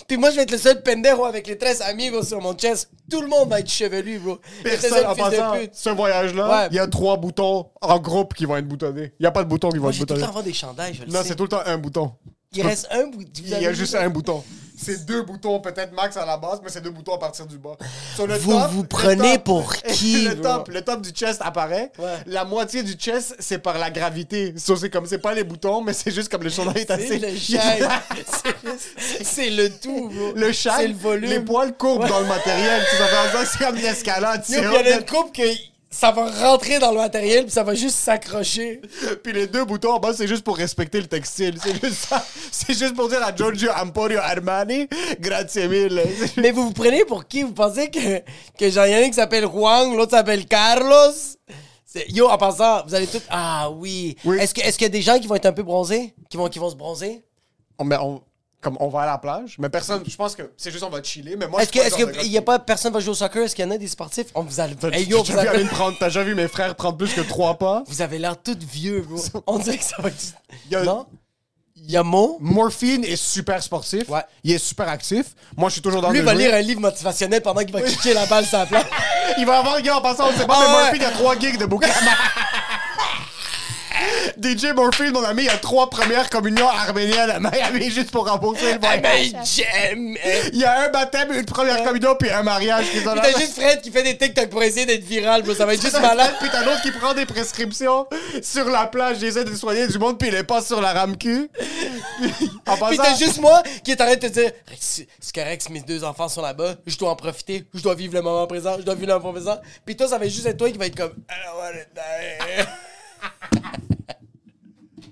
Puis moi, je vais être le seul pendejo avec les 13 amigos sur mon chest. Tout le monde va être chevelu, bro. Je vais être le
Personne,
seul
en
fils de
passant,
pute.
ce voyage-là,
Ouais.
il y a trois boutons en groupe qui vont être boutonnés. Il n'y a pas de boutons qui vont
Moi,
être
j'ai tout le
boutonnés.
temps avoir des chandails, je le
Non,
sais.
c'est tout le temps un bouton.
Il reste un bout. vous
Il y a
avez
juste
vu ça?
un bouton. C'est deux boutons, peut-être max à la base, mais c'est deux boutons à partir du bas. Sur le
Vous vous
le
prenez
top-
pour qui,
le, top, le top du chest apparaît.
Ouais.
La moitié du chest, c'est par la gravité. So, c'est comme, c'est pas les boutons, mais c'est juste comme le chandail est assez.
C'est le shag. C'est juste- C'est le tout, bro.
Le chat,
C'est le volume.
les poils courbent dans le matériel. Tu sais, ça fait en sorte que c'est comme une escalade. tu
Yo,
sais,
puis il y en a
on
une couple que ça va rentrer dans le matériel puis ça va juste s'accrocher.
Puis les deux boutons en bas, c'est juste pour respecter le textile. C'est juste ça. C'est juste pour dire à Giorgio Emporio Armani, grazie mille.
Mais vous vous prenez pour qui? Vous pensez que, que genre, il y en a un qui s'appelle Juan, l'autre s'appelle Carlos? C'est- Yo, en passant, vous allez tous... Ah oui!
Oui.
Est-ce que- est-ce qu'il y a des gens qui vont être un peu bronzés? Qui vont, qui vont se bronzer?
On, mais on- comme on va à la plage, mais personne, je pense que c'est juste on va chiller, mais moi
Est-ce que,
Ah, je
est-ce
suis pas le genre de
que
gars
y a
qui-
pas personne va jouer au soccer? Est-ce qu'il y en a des sportifs? On vous a...
T'as
Hey, yo,
t'as
vous
déjà, vu
avez...
Aline prendre- t'as déjà vu mes frères prendre plus que trois pas?
Vous avez l'air tout vieux, bro. On dirait que ça va être...
Y a-
Non? Il y a Mo.
Morphine est super sportif.
Ouais.
Il est super actif. Moi, je suis toujours dans
Lui
le
va
jeu.
lire un livre motivationnel pendant qu'il va kicker la balle sur la plage.
Il va avoir, gars, en passant, on sait pas,
Ah
mais
ouais.
Morphine, il y a trois gigs de bouquins. DJ Morphine, mon ami, il y a trois premières communions arméniennes à Miami juste pour rembourser
Eh
le voyage.
Mais j'aime!
Il y a un baptême, une première communion, puis un mariage qui est dans
Puis
la-
t'as juste Fred qui fait des TikTok pour essayer d'être viral, bro. Ça va être juste malade.
Puis t'as l'autre qui prend des prescriptions sur la plage, j'essaie de soigner du monde, puis il les passe sur la rame cul. Puis- en
Puis
passant,
t'as juste moi qui est en train de te dire C'est c'est correct si mes deux enfants sont là-bas, je dois en profiter, je dois vivre le moment présent, je dois vivre le moment présent. Puis toi, ça va être juste être toi qui va être comme Ah, I don't wanna die.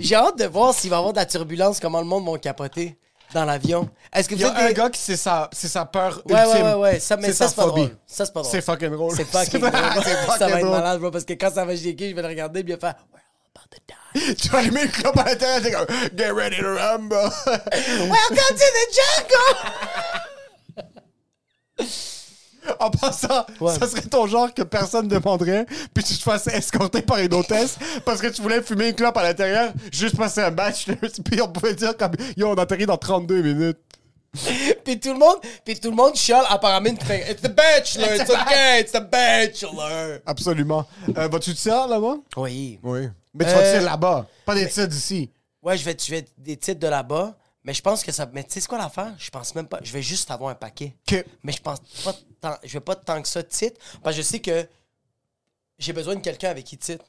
J'ai hâte de voir s'il va y avoir de la turbulence, comment le monde va capoter dans l'avion. Est-ce que
il
vous
y a
êtes
un
des-
gars qui c'est sa, c'est sa peur
Ouais,
ultime.
ouais, ouais, ouais. Ça, mais
C'est
ça,
sa
c'est pas
phobie.
drôle. Ça, c'est pas drôle.
C'est fucking drôle.
C'est fucking
C'est
drôle.
fucking
ça va être
drôle.
malade, bro, parce que quand ça va shaker, je vais le regarder, puis il va faire We're all about to die.
Tu vas allumer le club à l'intérieur, t'es comme Get ready to rumble.
Welcome to the jungle!
en passant,
Ouais.
ça serait ton genre que personne ne demanderait, puis tu te fasses escorter par une hôtesse parce que tu voulais fumer une clope à l'intérieur, juste passer un match, puis on pouvait dire comme Yo, on atterrit dans 32 minutes.
puis tout le monde, puis tout le monde chiale à Paramine qui fait It's the bachelor, it's okay, it's the bachelor.
Absolument. Euh, Vas-tu tirer là-bas?
Oui.
Oui. Mais tu vas
Euh,
tirer là-bas. Pas des tirs d'ici.
Ouais, je vais tuer des titres de là-bas, mais je pense que ça. Mais tu sais c'est quoi l'affaire? Je pense même pas. Je vais juste avoir un paquet.
OK.
Mais je pense pas tant. Je vais pas tant que ça titre. Parce que je sais que j'ai besoin de quelqu'un avec qui titre.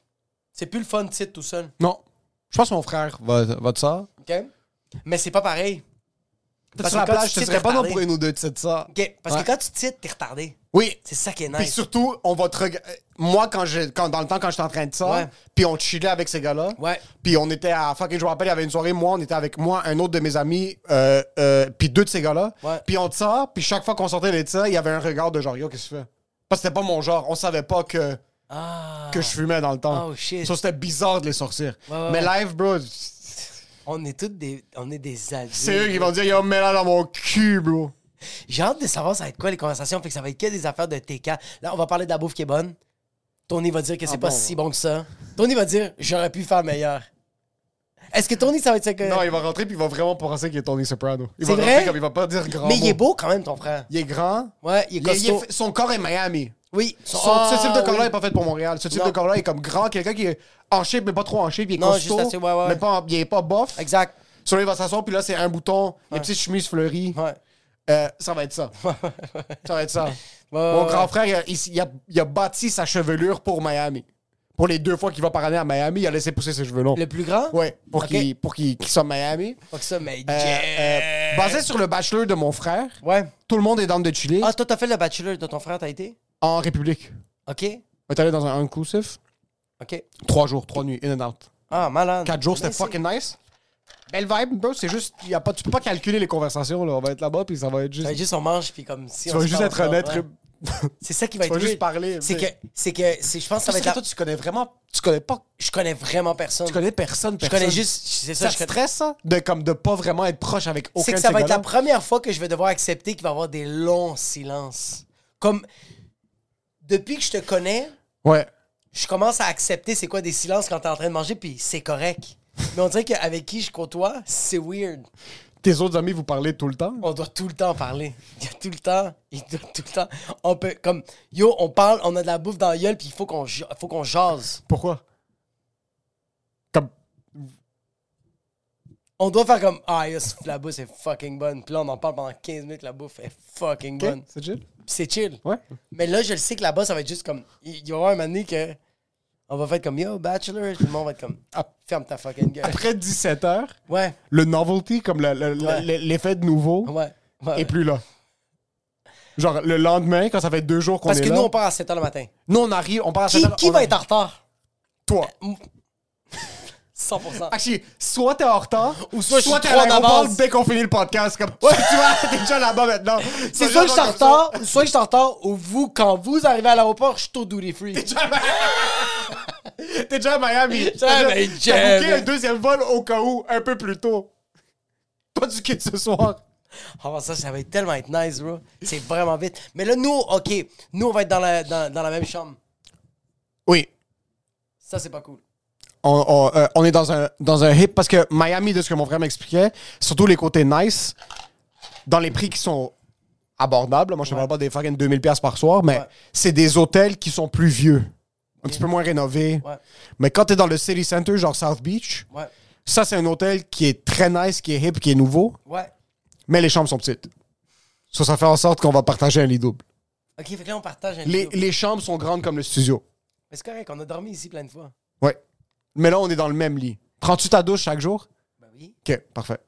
C'est plus le fun titre tout seul.
Non. Je pense que mon frère va, va te ça.
OK? Mais c'est pas pareil.
Peut-être sur
que
la
quand
plage,
tu
je te
titres,
serais pas
t'es
non
retardé.
pour une ou deux tirs de ça.
OK, Parce
Ouais.
que quand tu titres, t'es retardé.
Oui.
C'est ça qui est
Puis
nice.
surtout, on va te reg- euh, Moi, quand je, quand, dans le temps, quand j'étais en train de ça,
Ouais.
puis on chillait avec ces gars-là.
Ouais.
Puis on était à fucking, je me rappelle, il y avait une soirée, moi, on était avec moi, un autre de mes amis, euh, euh, puis deux de ces gars-là.
Ouais.
Puis on te sort, puis chaque fois qu'on sortait de ça, il y avait un regard de genre, yo, qu'est-ce que tu fais? Parce que c'était pas mon genre. On savait pas que,
Ah,
que je fumais dans le temps.
Oh, shit.
Ça, c'était bizarre de les sortir.
ouais,
Mais
ouais.
live, bro,
On est tous des, on est des adultes.
c'est eux qui vont dire, yo, mets-la dans mon cul, bro.
J'ai hâte de savoir ça va être quoi les conversations. Fait que ça va être que des affaires de TK. Là, on va parler de la bouffe qui est bonne. Tony va dire que c'est pas
Ah bon,
si bon que ça. Tony va dire j'aurais pu faire meilleur. Est-ce que Tony, ça va être ça que.
Non, il va rentrer, puis il va vraiment penser qu'il est Tony Soprano. Il
C'est
va
vrai?
rentrer comme il va pas dire grand.
Mais il est
mot.
beau quand même, ton frère.
Il est grand.
Ouais, il est
Il est- il est
costaud.
fait- son corps est Miami.
Oui.
Son-
Ah,
ce type de corps-là
oui.
n'est pas fait pour Montréal. Ce type
Non.
de corps-là est comme grand, quelqu'un qui est en shape, mais pas trop en shape. Il est
Non,
costaud,
juste assez, ouais, ouais.
mais pas, en- il est pas bof.
Exact.
Sur lui, il va s'asseoir, puis là, c'est un bouton, les petites chemises fleuries.
Ouais.
Euh, ça va être ça. ça va être ça. Mon
ouais.
grand frère, il a, il- il a- il a bâti sa chevelure pour Miami. Pour les deux fois qu'il va par année à Miami, il a laissé pousser ses cheveux longs.
Le plus grand?
Ouais, pour
Ok.
qu'il pour qu'il- qu'il soit Miami.
Pas que ça, mais.
Euh,
yeah.
euh, basé sur le bachelor de mon frère,
Ouais.
tout le monde est dans de chili
Ah, toi, t'as fait le bachelor de ton frère, t'as été?
en République.
OK.
On est allé dans un inclusif.
OK.
Trois jours, trois nuits, in and out.
Ah, malade.
Quatre jours, c'était
Mais c'est-
fucking nice. Belle vibe, bro. C'est juste, y a pas, tu peux pas calculer les conversations. Là. On va être là-bas, puis ça va être juste.
Ouais, juste on mange, puis comme si
tu
on
vas
se
juste
parle
être
pas,
honnête.
ouais. C'est ça qui va
Tu
être
vas juste
weird.
parler,
C'est
mais-
que, c'est que, c'est- je pense que ça va être. la-
tu connais vraiment. Tu connais pas.
Je connais vraiment personne.
Tu connais personne,
Je
personne.
connais juste. C'est ça,
Ça,
je connais-
stresse, ça? De, comme, de pas vraiment être proche avec aucun
C'est que
de
ça
ces
va être la
gars-là.
première fois que je vais devoir accepter qu'il va y avoir des longs silences. Comme. Depuis que je te connais,
Ouais.
je commence à accepter c'est quoi des silences quand t'es en train de manger, puis c'est correct. Mais on dirait qu'avec qui je côtoie, c'est weird.
Tes autres amis vous parlez tout le temps?
On doit tout le temps parler. Il y a tout le temps. Il doit tout le temps. On peut. Comme. Yo, on parle, on a de la bouffe dans la gueule, puis il faut qu'on ja- faut qu'on jase.
Pourquoi? Comme.
On doit faire comme. Ah, yo, la bouffe est fucking bonne. Puis là, on en parle pendant 15 minutes, la bouffe est fucking
ok,
bonne.
C'est chill?
Puis c'est chill.
Ouais.
Mais là, je le sais que là-bas, ça va être juste comme. Il il va y avoir un moment donné que. On va faire comme Yo, Bachelor. Tout le monde va être comme. Ah, ferme ta fucking gueule.
Après 17 heures,
Ouais.
le novelty, comme la- la- la-
Ouais. Ah
l'effet de nouveau,
Ouais. ouais.
est plus là. Genre, le lendemain, quand ça fait deux jours qu'on est
Parce
là...
que nous, on part à 7 h le matin.
Nous, on arrive, on part à
Qui,
7 heures,
qui
on
va
arrive.
être en retard?
Toi.
100%.
Actually, soit t'es en retard, ou
soit
soit,
je suis
t'es
trop en
à l'aéroport
avance.
dès qu'on finit le podcast. Comme, tu vois, t'es déjà là-bas maintenant.
C'est soit
T'as
que je
juste
suis en
comme ça.
retard, soit que je suis en retard, ou vous, quand vous arrivez à l'aéroport, je suis au duty free.
T'es déjà à Miami. T'es déjà à Miami. T'as
mais
déjà-
jamais.
T'as booké un deuxième vol au cas où, un peu plus tôt. Toi, tu quittes ce soir.
Oh, ça, ça va être tellement être nice, bro. C'est vraiment vite. Mais là, nous, OK, nous, on va être dans la, dans, dans la même chambre.
Oui.
Ça, c'est pas cool.
On, on, euh, on est dans un, dans un hip parce que Miami, de ce que mon frère m'expliquait, surtout les côtés nice, dans les prix qui sont abordables, moi je te parle pas des fucking 2000$ piastres par soir, mais
Ouais.
c'est des hôtels qui sont plus vieux, un petit peu moins rénovés.
Ouais.
Mais quand t'es dans le city center, genre South Beach,
Ouais.
ça c'est un hôtel qui est très nice, qui est hip, qui est nouveau,
Ouais.
mais les chambres sont petites. Ça, ça fait en sorte qu'on va partager un lit double.
OK, fait que là, on partage un
Les,
vidéo.
les chambres sont grandes comme le studio.
Mais c'est correct, on a dormi ici plein de fois.
Ouais. Mais là, on est dans le même lit. Prends-tu ta douche chaque jour?
Ben oui.
OK, parfait.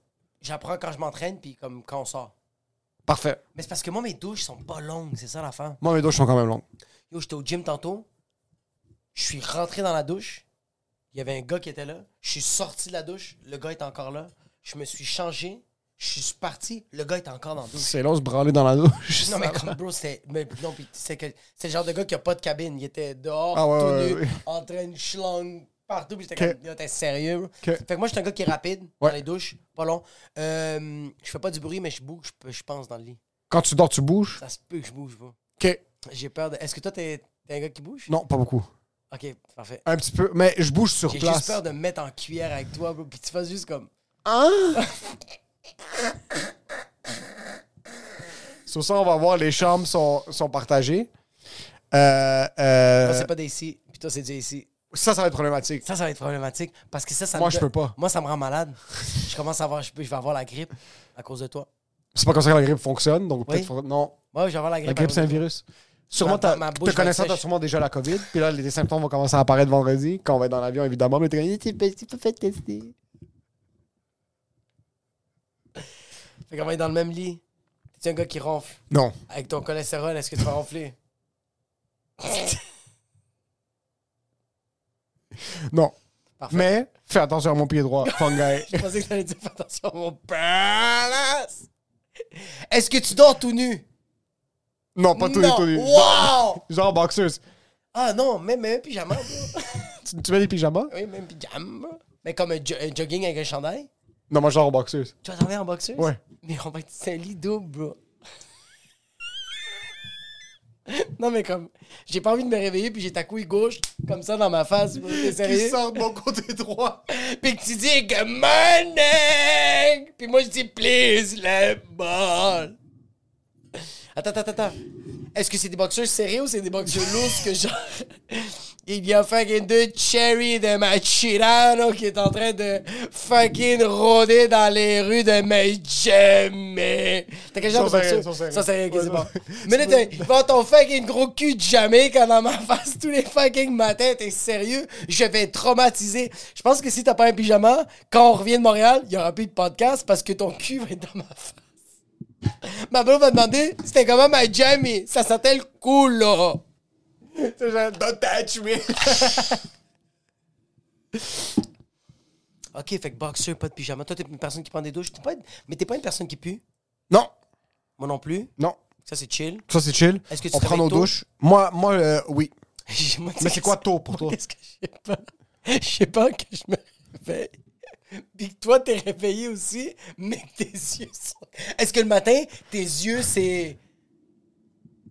J'apprends quand je m'entraîne, puis comme quand on sort.
Parfait.
Mais c'est parce que moi, mes douches sont pas longues, c'est ça l'affaire.
Moi, mes douches sont quand même longues.
Yo, j'étais au gym tantôt. Je suis rentré dans la douche. Il y avait un gars qui était là. Je suis sorti de la douche. Le gars est encore là. Je me suis changé. Je suis parti. Le gars est encore dans la douche.
C'est long se branler dans la douche.
Non, mais comme bro, c'est. mais non, puis c'est que- c'est le genre de gars qui a pas de cabine. Il était dehors,
Ah ouais,
tout
ouais,
nu,
ouais.
en train de schlang partout. Puis j'étais
Ok.
comme, Yo, t'es sérieux, bro?
Ok.
Fait que moi, j'étais un gars qui est rapide
Ouais.
dans les douches, pas long. Euh, je fais pas du bruit, mais je bouge, je- je pense, dans le lit.
Quand tu dors, tu bouges.
Ça se peut que je bouge pas.
OK.
J'ai peur de. Est-ce que toi, t'es t'es un gars qui bouge?
Non, pas beaucoup.
Ok, parfait.
Un petit peu, mais je bouge sur
J'ai
place.
juste peur de me mettre en
Hein?
cuillère avec toi, bro, puis tu fasses juste comme.
Sur ça, on va voir, les chambres sont, sont partagées. Euh, euh,
Toi, c'est pas des ici, puis toi, c'est du ici.
ça, ça va être problématique.
Ça, ça va être problématique parce que ça, ça
Moi,
me
je
don-
peux pas.
Moi, ça me rend malade. je commence à avoir, je, peux- je vais avoir la grippe à cause de toi.
C'est pas comme ça que la grippe fonctionne, donc
Oui.
peut-être... faut- Non,
Moi, je vais avoir la grippe.
la
à
grippe,
cause
c'est un
de toi.
virus. Sûrement,
Ma-
ta,
ma bouche
te
va être
connaissant, t'as
sèche.
sûrement déjà la COVID, puis là, les symptômes vont commencer à apparaître vendredi, quand on va être dans l'avion, évidemment, mais t'es comme, Oh, t'es pas t'es pas fait tester.
Fait qu'on va être dans le même lit. T'es un gars qui ronfle.
Non.
Avec ton cholestérol, est-ce que tu vas ronfler?
Non.
Parfait.
Mais fais attention à mon pied droit, fungi.
Je pensais que t'allais dire fais attention à mon palace. Est-ce que tu dors tout nu?
non, pas tout les
Non.
tout
Wow!
Genre boxeuse.
Ah non, même, même un pyjama. bro.
Tu, tu mets des pyjamas?
oui, même pyjama. Mais comme un, jo- un jogging avec un chandail.
Non, moi, genre boxeuse.
Tu vas dormir en boxeuse?
Ouais.
Mais on va être c'est un lit double, bro. non, mais comme, j'ai pas envie de me réveiller, puis j'ai ta couille gauche, comme ça, dans ma face. bro. T'es sérieux?
de mon côté droit.
Puis que tu dis good morning! Puis moi je dis please le ball! Attends, attends, attends. Est-ce que c'est des boxeurs serrés ou c'est des boxeurs lourds que genre. Il y a fucking deux cherry de Machirano qui est en train de fucking rôder dans les rues de Miami. T'as quel genre de
Sont serrés,
boxeur?
sont serrés.
Ça, c'est
Ouais,
c'est bon.
ouais.
Mais là, t'as- va ton fucking gros cul de Jamaica dans ma face tous les fucking matins, t'es sérieux? Je vais être traumatisé. Je pense que si t'as pas un pyjama, quand on revient de Montréal, il y aura plus de podcast parce que ton cul va être dans ma face. Ma blonde va demander, c'était comment ma Jamie? Ça sentait le cou, là.
C'est genre, don't touch me.
Ok, fait que boxeur, pas de pyjama. Toi, t'es une personne qui prend des douches. T'es pas une- Mais t'es pas une personne qui pue.
Non,
Moi non plus.
non.
Ça, c'est chill.
Ça, c'est chill.
Est-ce que tu
on
te
prend nos
réveilles tôt?
douches. Moi, moi euh, oui.
Moi, tu sais
Mais c'est quoi tôt pour toi?
Qu'est-ce que je sais pas? Je sais pas que je me réveille. Puis que toi, t'es réveillé aussi, mais que tes yeux sont. Est-ce que le matin, tes yeux, c'est.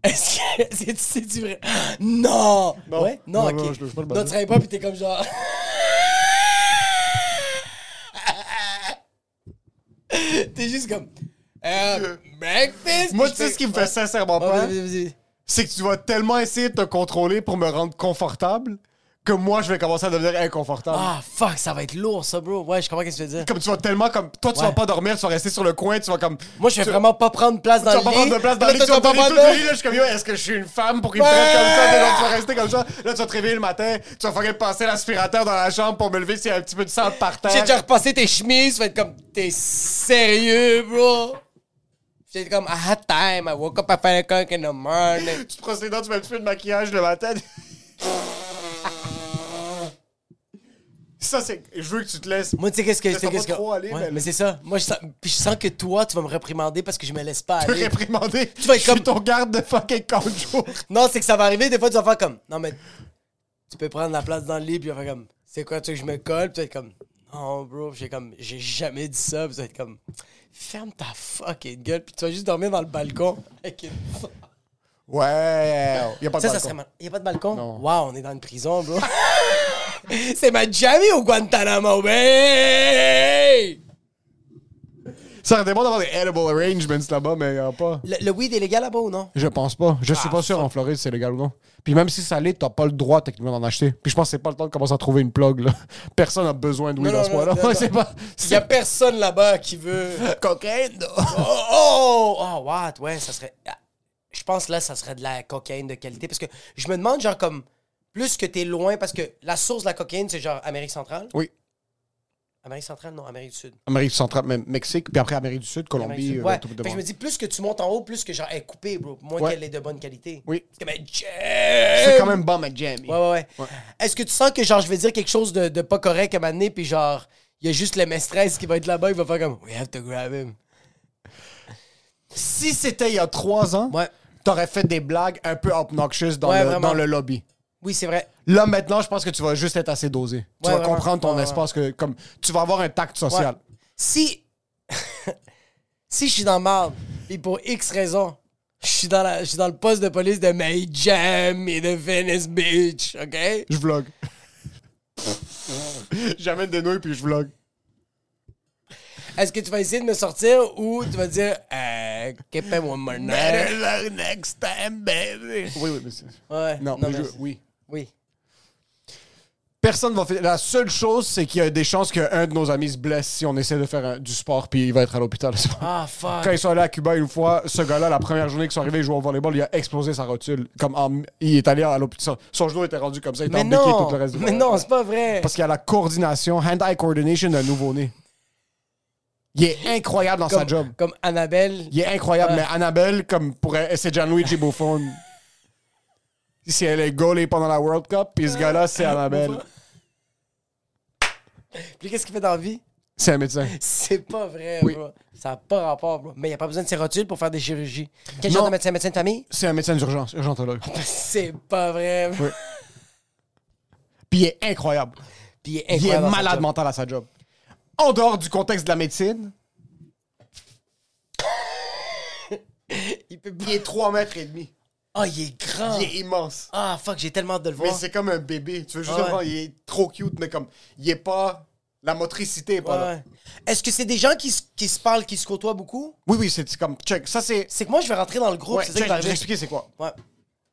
Est-ce que. C'est, c'est du vrai. Non!
Non.
Ouais? Non,
Non,
ok.
non, je touche pas le
non,
matin.
tu travailles pas, puis t'es comme genre. t'es juste comme. Euh, breakfast!
Moi,
puis je
tu sais
fais-
ce qui hein? me fait
Ouais.
sincèrement
Ouais,
peur?
vas-y, vas-y, vas-y.
C'est que tu vas tellement essayer de te contrôler pour me rendre confortable que moi, je vais commencer à devenir inconfortable.
Ah, fuck, ça va être lourd, ça, bro. Ouais, je comprends ce que tu veux dire.
Comme tu vas tellement comme. Toi, tu vas
Ouais.
pas dormir, tu vas rester sur le coin, tu vas comme.
Moi, je vais
tu-
vraiment pas prendre place dans
tu
le
vas
lit.
pas prendre de place dans
Là,
le lit,
toi,
tu vas
t'en
dormir
prends
tout
pas.
le lit, là, je suis comme, yo, est-ce que je suis une femme pour qu'il me traite comme ça, Puis là, tu vas rester comme ça, là, tu vas te réveiller le matin, tu vas fucking passer l'aspirateur dans la chambre pour me lever s'il y a un petit peu de sang par terre.
J'ai déjà repassé tes chemises, fait comme, t'es sérieux, bro? J'étais comme, I had time, I woke up at 5 o'clock in the morning.
Tu te brosses les dents, tu mets un petit peu de maquillage le matin. ça, c'est. Je veux que tu te laisses.
Moi, tu sais, qu'est-ce que.
Laisse
tu sais,
pas
qu'est-ce que...
trop ben, aller,
Ouais,
mais-
mais c'est ça. Moi, je sens... Puis je sens que toi, tu vas me réprimander parce que je me laisse pas
te
aller.
réprimander.
Tu vas être
Je
comme-
suis ton garde de fucking conjo.
Non, c'est que ça va arriver, des fois, tu vas faire comme, non, mais tu peux prendre la place dans le lit, puis je vais faire comme, c'est quoi, tu veux que je me colle, puis tu vas être comme, non, bro, Puis j'ai comme, j'ai jamais dit ça, puis tu vas être comme, ferme ta fucking gueule, puis tu vas juste dormir dans le balcon. avec une-
Ouais. Y a pas de
Ça, ça
balcon.
serait mal. oh, Y a pas de balcon?
Non.
Waouh, on est dans une prison, bro. c'est ma jamie au Guantanamo Bay!
Ça aurait été bon d'avoir des edible arrangements là-bas, mais y'en a pas.
Le, le weed est légal là-bas ou non?
Je pense pas. Je
Ah,
suis pas sûr en Floride c'est légal ou non. Puis même si ça l'est, t'as pas le droit techniquement d'en acheter. Puis je pense que c'est pas le temps de commencer à trouver une plug là. Personne a besoin de weed
Non,
à
non,
ce
non,
point-là.
non, non.
C'est pas.
Y a personne là-bas qui veut.
cocaine.
Oh, oh, oh, what? Ouais, ça serait. Ah, Je pense là, ça serait de la cocaïne de qualité. Parce que je me demande, genre, comme, plus que t'es loin, parce que la source de la cocaïne, c'est genre Amérique centrale.
Oui.
Amérique centrale, non, Amérique du Sud.
Amérique centrale, même Mexique, puis après Amérique du Sud,
Amérique du
Colombie,
Sud.
euh,
Ouais.
tout
Fait
de
que je me
même.
dis, plus que tu montes en haut, plus que genre, elle est coupée, bro. Moins
Ouais.
qu'elle est de bonne qualité.
Oui.
C'est comme,
C'est
c'est
quand même bon, ma Jamie.
Ouais, ouais, ouais. Est-ce que tu sens que genre je vais dire quelque chose de, de pas correct à un moment donné, puis genre, il y a juste le maîtresse qui va être là-bas, il va faire comme We have to grab him.
Si c'était il y a trois ans,
Ouais.
t'aurais fait des blagues un peu obnoxious dans,
Ouais,
le,
vraiment.
dans le lobby.
Oui, c'est vrai.
Là, maintenant, je pense que tu vas juste être assez dosé. tu
Ouais,
vas
vraiment.
comprendre ton
Ouais, ouais.
espace, que comme tu vas avoir un tact
Ouais.
social.
Si. si je suis dans le marde, et pour X raisons, je suis dans, la- je suis dans le poste de police de Mayjam et de Venice Beach, OK?
Je vlog. J'amène des nouilles puis je vlog.
est-ce que tu vas essayer de me sortir ou tu vas dire, euh, moi maintenant?
next time, baby. Oui, oui, monsieur.
Ouais.
Non, mais je-
merci.
oui.
Oui.
Personne va faire. La seule chose, c'est qu'il y a des chances qu'un de nos amis se blesse si on essaie de faire un- du sport, puis il va être à l'hôpital le soir.
Ah, fuck.
Quand ils sont allés à Cuba une fois, ce gars-là, la première journée qu'ils sont arrivés, ils jouaient au volleyball, il a explosé sa rotule. Comme en- il est allé à l'hôpital. Son genou était rendu comme ça, il était
Mais
embiqué
non!
tout le reste du
Mais
volleyball.
non, c'est pas vrai!
Parce qu'il y a la coordination, hand-eye coordination d'un nouveau-né. Il est incroyable dans sa
comme,
job.
comme Annabelle.
Il est incroyable,
Ouais.
mais Annabelle, comme pourrait. C'est Gianluigi Buffon. si elle est gaulée pendant la World Cup, puis ce gars-là, c'est Annabelle.
Puis qu'est-ce qu'il fait dans la vie?
C'est un médecin.
C'est pas vrai,
Oui.
bro. Ça n'a pas rapport, bro. Mais il n'y a pas besoin de ses rotules pour faire des chirurgies. Quel
Non.
genre de médecin? Médecin de famille?
C'est un médecin d'urgence, urgentologue.
C'est pas vrai. bro.
Oui. Puis il est incroyable.
Puis il est
Il est
incroyable dans sa
malade
job.
mental à sa job. En dehors du contexte de la médecine,
Il peut pas-
il est 3 mètres et demi.
Ah, il est grand.
Il est immense.
Ah, fuck, j'ai tellement hâte de le
Mais
voir.
c'est comme un bébé. Tu veux juste
Ouais.
le voir, il est trop cute, mais comme, il est pas. La motricité est pas là.
Ouais. Est-ce que c'est des gens qui, se- qui se parlent, qui se côtoient beaucoup?
Oui, oui, c'est c'est comme, check. Ça, c'est.
C'est que moi, je vais rentrer dans le groupe.
Ouais,
c'est
check,
ça
je
qui va
vais
arriver.
expliquer c'est quoi.
Ouais.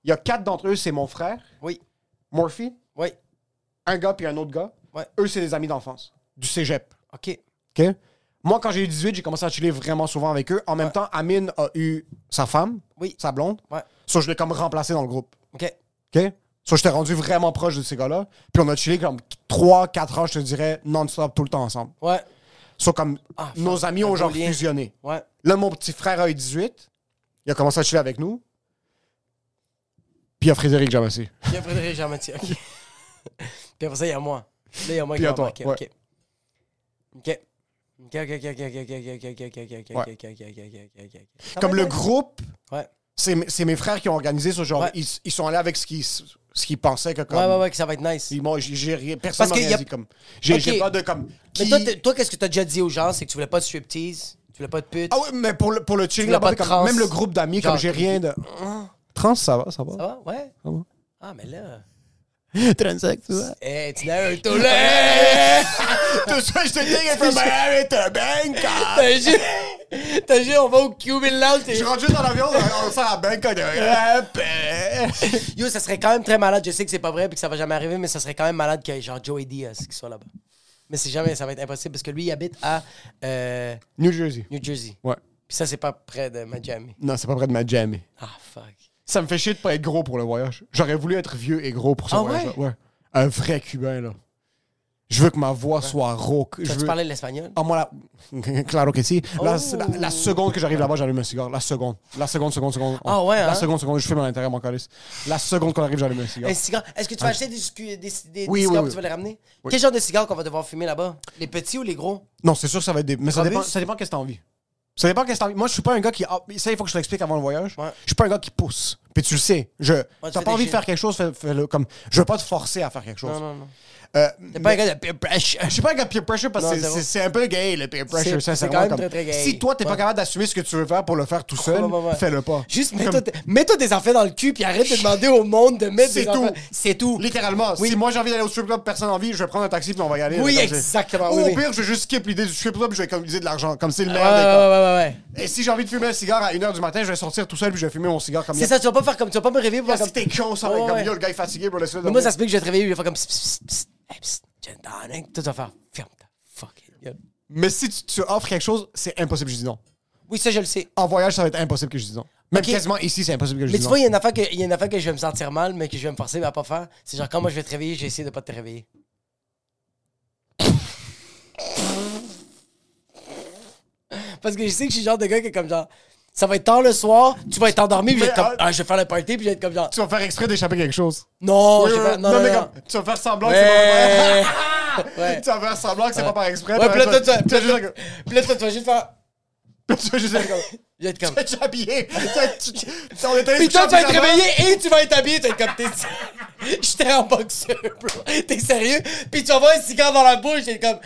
Il y a quatre d'entre eux, c'est mon frère,
Oui.
Murphy,
Oui.
un gars puis un autre gars.
Ouais.
Eux, c'est des amis d'enfance, du cégep.
OK.
OK? Moi, quand j'ai eu 18, j'ai commencé à chiller vraiment souvent avec eux. En même temps, Amine a eu sa femme,
Oui.
sa blonde.
Ouais.
So, je l'ai comme remplacé dans le groupe.
OK.
OK? So, j'étais rendu vraiment proche de ces gars-là. Puis on a chillé comme 3-4 heures, je te dirais, non-stop, tout le temps ensemble.
Ouais.
So, comme
Ah, fuck,
nos amis
un
ont
beau
genre
lien.
fusionné.
Ouais.
Là, mon petit frère a eu 18. Il a commencé à chiller avec nous. Puis il y a Frédéric Jamassé.
Il y a Frédéric Jean-Mathieu. OK. Puis après ça, il y a moi. Là, il y a moi qui
Puis à
va
toi,
marquer.
ouais.
OK. OK. OK, OK, OK, OK, OK, OK, OK, OK, OK, OK, OK, OK, OK, OK, OK.
Comme le groupe,
Ouais.
c'est m- c'est mes frères qui ont organisé ce genre.
Ouais.
Ils, ils sont allés avec ce qu'ils s- ce qu'ils pensaient que comme.
Ouais, ouais, ouais, que ça va être nice.
Ils m'ont- j'ai- j'ai rien- personne
Parce
m'a
qu'il y
rien
a-
dit comme. J'ai
Ok.
j'ai pas de comme.
Mais
qui-
toi, t'es- toi, qu'est-ce que t'as déjà dit aux gens? C'est que tu voulais pas de striptease, tu voulais pas de pute.
ah ouais, mais pour le, pour le chilling
voulais pas
là-bas,
de
comme-
trans.
même le groupe d'amis,
Genre-
comme j'ai rien de. Trans, ça va, ça va.
Ça va? Ouais?
Ça va.
Ah, mais là.
Transex, tu vois.
Hey, tu n'as un tout là!
Tout ça, je te dis, from Miami to Bangkok.
T'as juste. T'as juste, on va au Cuban Lounge.
Je
t'es-
rentre juste dans l'avion, on on sort à Bangkok. de-
Yo, ça serait quand même très malade. Je sais que c'est pas vrai puis que ça va jamais arriver, mais ça serait quand même malade que genre Joey Diaz qui soit là-bas. Mais c'est jamais, ça va être impossible parce que lui, il habite à euh,
New Jersey.
New Jersey.
Ouais.
Puis ça, c'est pas près de Miami.
Non, c'est pas près de ma jamie.
Ah, fuck.
Ça me fait chier de pas être gros pour le voyage. J'aurais voulu être vieux et gros pour ce
Ah
voyage.
ouais?
Un vrai Cubain, là. Je veux que ma voix soit rauque. Je
Tu
veux...
parlais l'espagnol?
Ah, moi, la... claro que si.
Oh.
La, la- la seconde que j'arrive là-bas, j'allume un cigare. La seconde. La seconde, seconde, seconde.
Ah ouais,
La
hein?
seconde, seconde. Je fume à l'intérieur, mon calice. La seconde qu'on arrive, j'allume un cigare.
Un cigare. Est-ce que tu vas acheter des, scu- des- des- des
Ah. Oui, oui,
cigares
oui.
que tu vas les ramener? Quel genre de cigares qu'on va devoir fumer là-bas? Les petits ou les gros?
Non, c'est sûr que ça va être des. Mais ça
Cannabis?
dépend, ça dépend qu'est-ce que t'as envie. Ça dépend qu'est-ce que t'as envie. Moi, je suis pas un gars qui. ah, ça, il faut que je te l'explique avant le voyage.
Ouais.
Je suis pas un gars qui pousse. Puis tu le sais. Je...
tu
T'as
fais
pas
des
envie de
shit.
faire quelque chose, fais- fais-le comme. Je veux pas te forcer à faire quelque chose.
Non, non, non.
Euh,
T'es pas
mais-
un gars de peer pressure.
Je suis pas un gars de peer pressure parce
Non,
que c'est-
zéro.
c'est- c'est un peu gay le peer
C'est- c'est
pressure. sincèrement,
quand même
comme-
très, très gay.
Si toi t'es
Ouais.
pas capable d'assumer ce que tu veux faire pour le faire tout seul,
Ouais, ouais, ouais.
fais-le pas.
Juste
Comme-
mets-toi mets-toi des affaires dans le cul puis arrête de demander au monde de mettre
C'est
des
tout.
affaires. C'est tout.
Littéralement,
Oui.
si moi j'ai envie d'aller au strip club, personne n'a envie, je vais prendre un taxi puis on va y aller.
Oui,
là, comme c'est-
exactement,
Ou
oui,
au
oui.
pire, je vais juste skip l'idée du strip club, je vais économiser de l'argent, comme c'est le
Ouais,
meilleur des
ouais,
cas.
ouais, ouais, ouais.
Et si j'ai envie de fumer un cigare à 1h du matin, je vais sortir tout seul puis je vais fumer mon cigare comme
C'est ça, tu vas pas faire comme tu vas pas me réveiller pour
Ah,
faire
Si
comme-
t'es con, ça va
Ouais,
être comme
ouais.
yo, le gars est fatigué, bro, laisse-le
Mais moi,
dormir.
ça se peut que je vais te réveiller, je vais faire comme. psst, psst, psst, hey, psst, gin tonic. Toi, tu vas faire. Ferme ta fucking gueule.
Mais si tu, tu offres quelque chose, c'est impossible que je dis non.
Oui, ça, je le sais.
En voyage, ça va être impossible que je dise non. Même
Ok.
quasiment ici, c'est impossible que je
Mais
dise
tu
non.
vois, il y, a une affaire que, il y a une affaire que je vais me sentir mal, mais que je vais me forcer à pas faire. C'est genre, quand moi je vais te réveiller, je vais essayer de pas te réveiller. Parce que je sais que je suis le genre de gars qui est comme genre, ça va être tard le soir, tu vas être endormi, puis je vais être
Mais,
comme,
euh,
ah, je vais faire le party, puis je vais être comme genre,
Tu vas faire exprès d'échapper quelque chose.
non,
Oui,
Oh, je vais
oui,
faire-
oui.
non,
Non,
non,
mais
non.
comme, tu vas faire semblant que
Ouais.
c'est pas
Ouais.
vrai. tu vas faire semblant que c'est pas par exprès.
Ouais,
puis
puis là, toi,
après,
tu vas-
tu vas juste-
puis là, toi, tu vas juste faire,
tu vas juste être comme.
je vais être
Tu
comme,
vas être habillé. Tu vas être- tu- tu- On est allé
Puis
toucher
toi, tu vas être
pyjama.
réveillé et tu vas être habillé. Tu vas être comme t'es. J'étais en boxeur, bro. T'es sérieux? Puis tu vas avoir un cigare dans la bouche. T'es comme.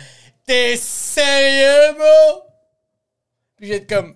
T'es sérieux, bro? Puis je vais être comme.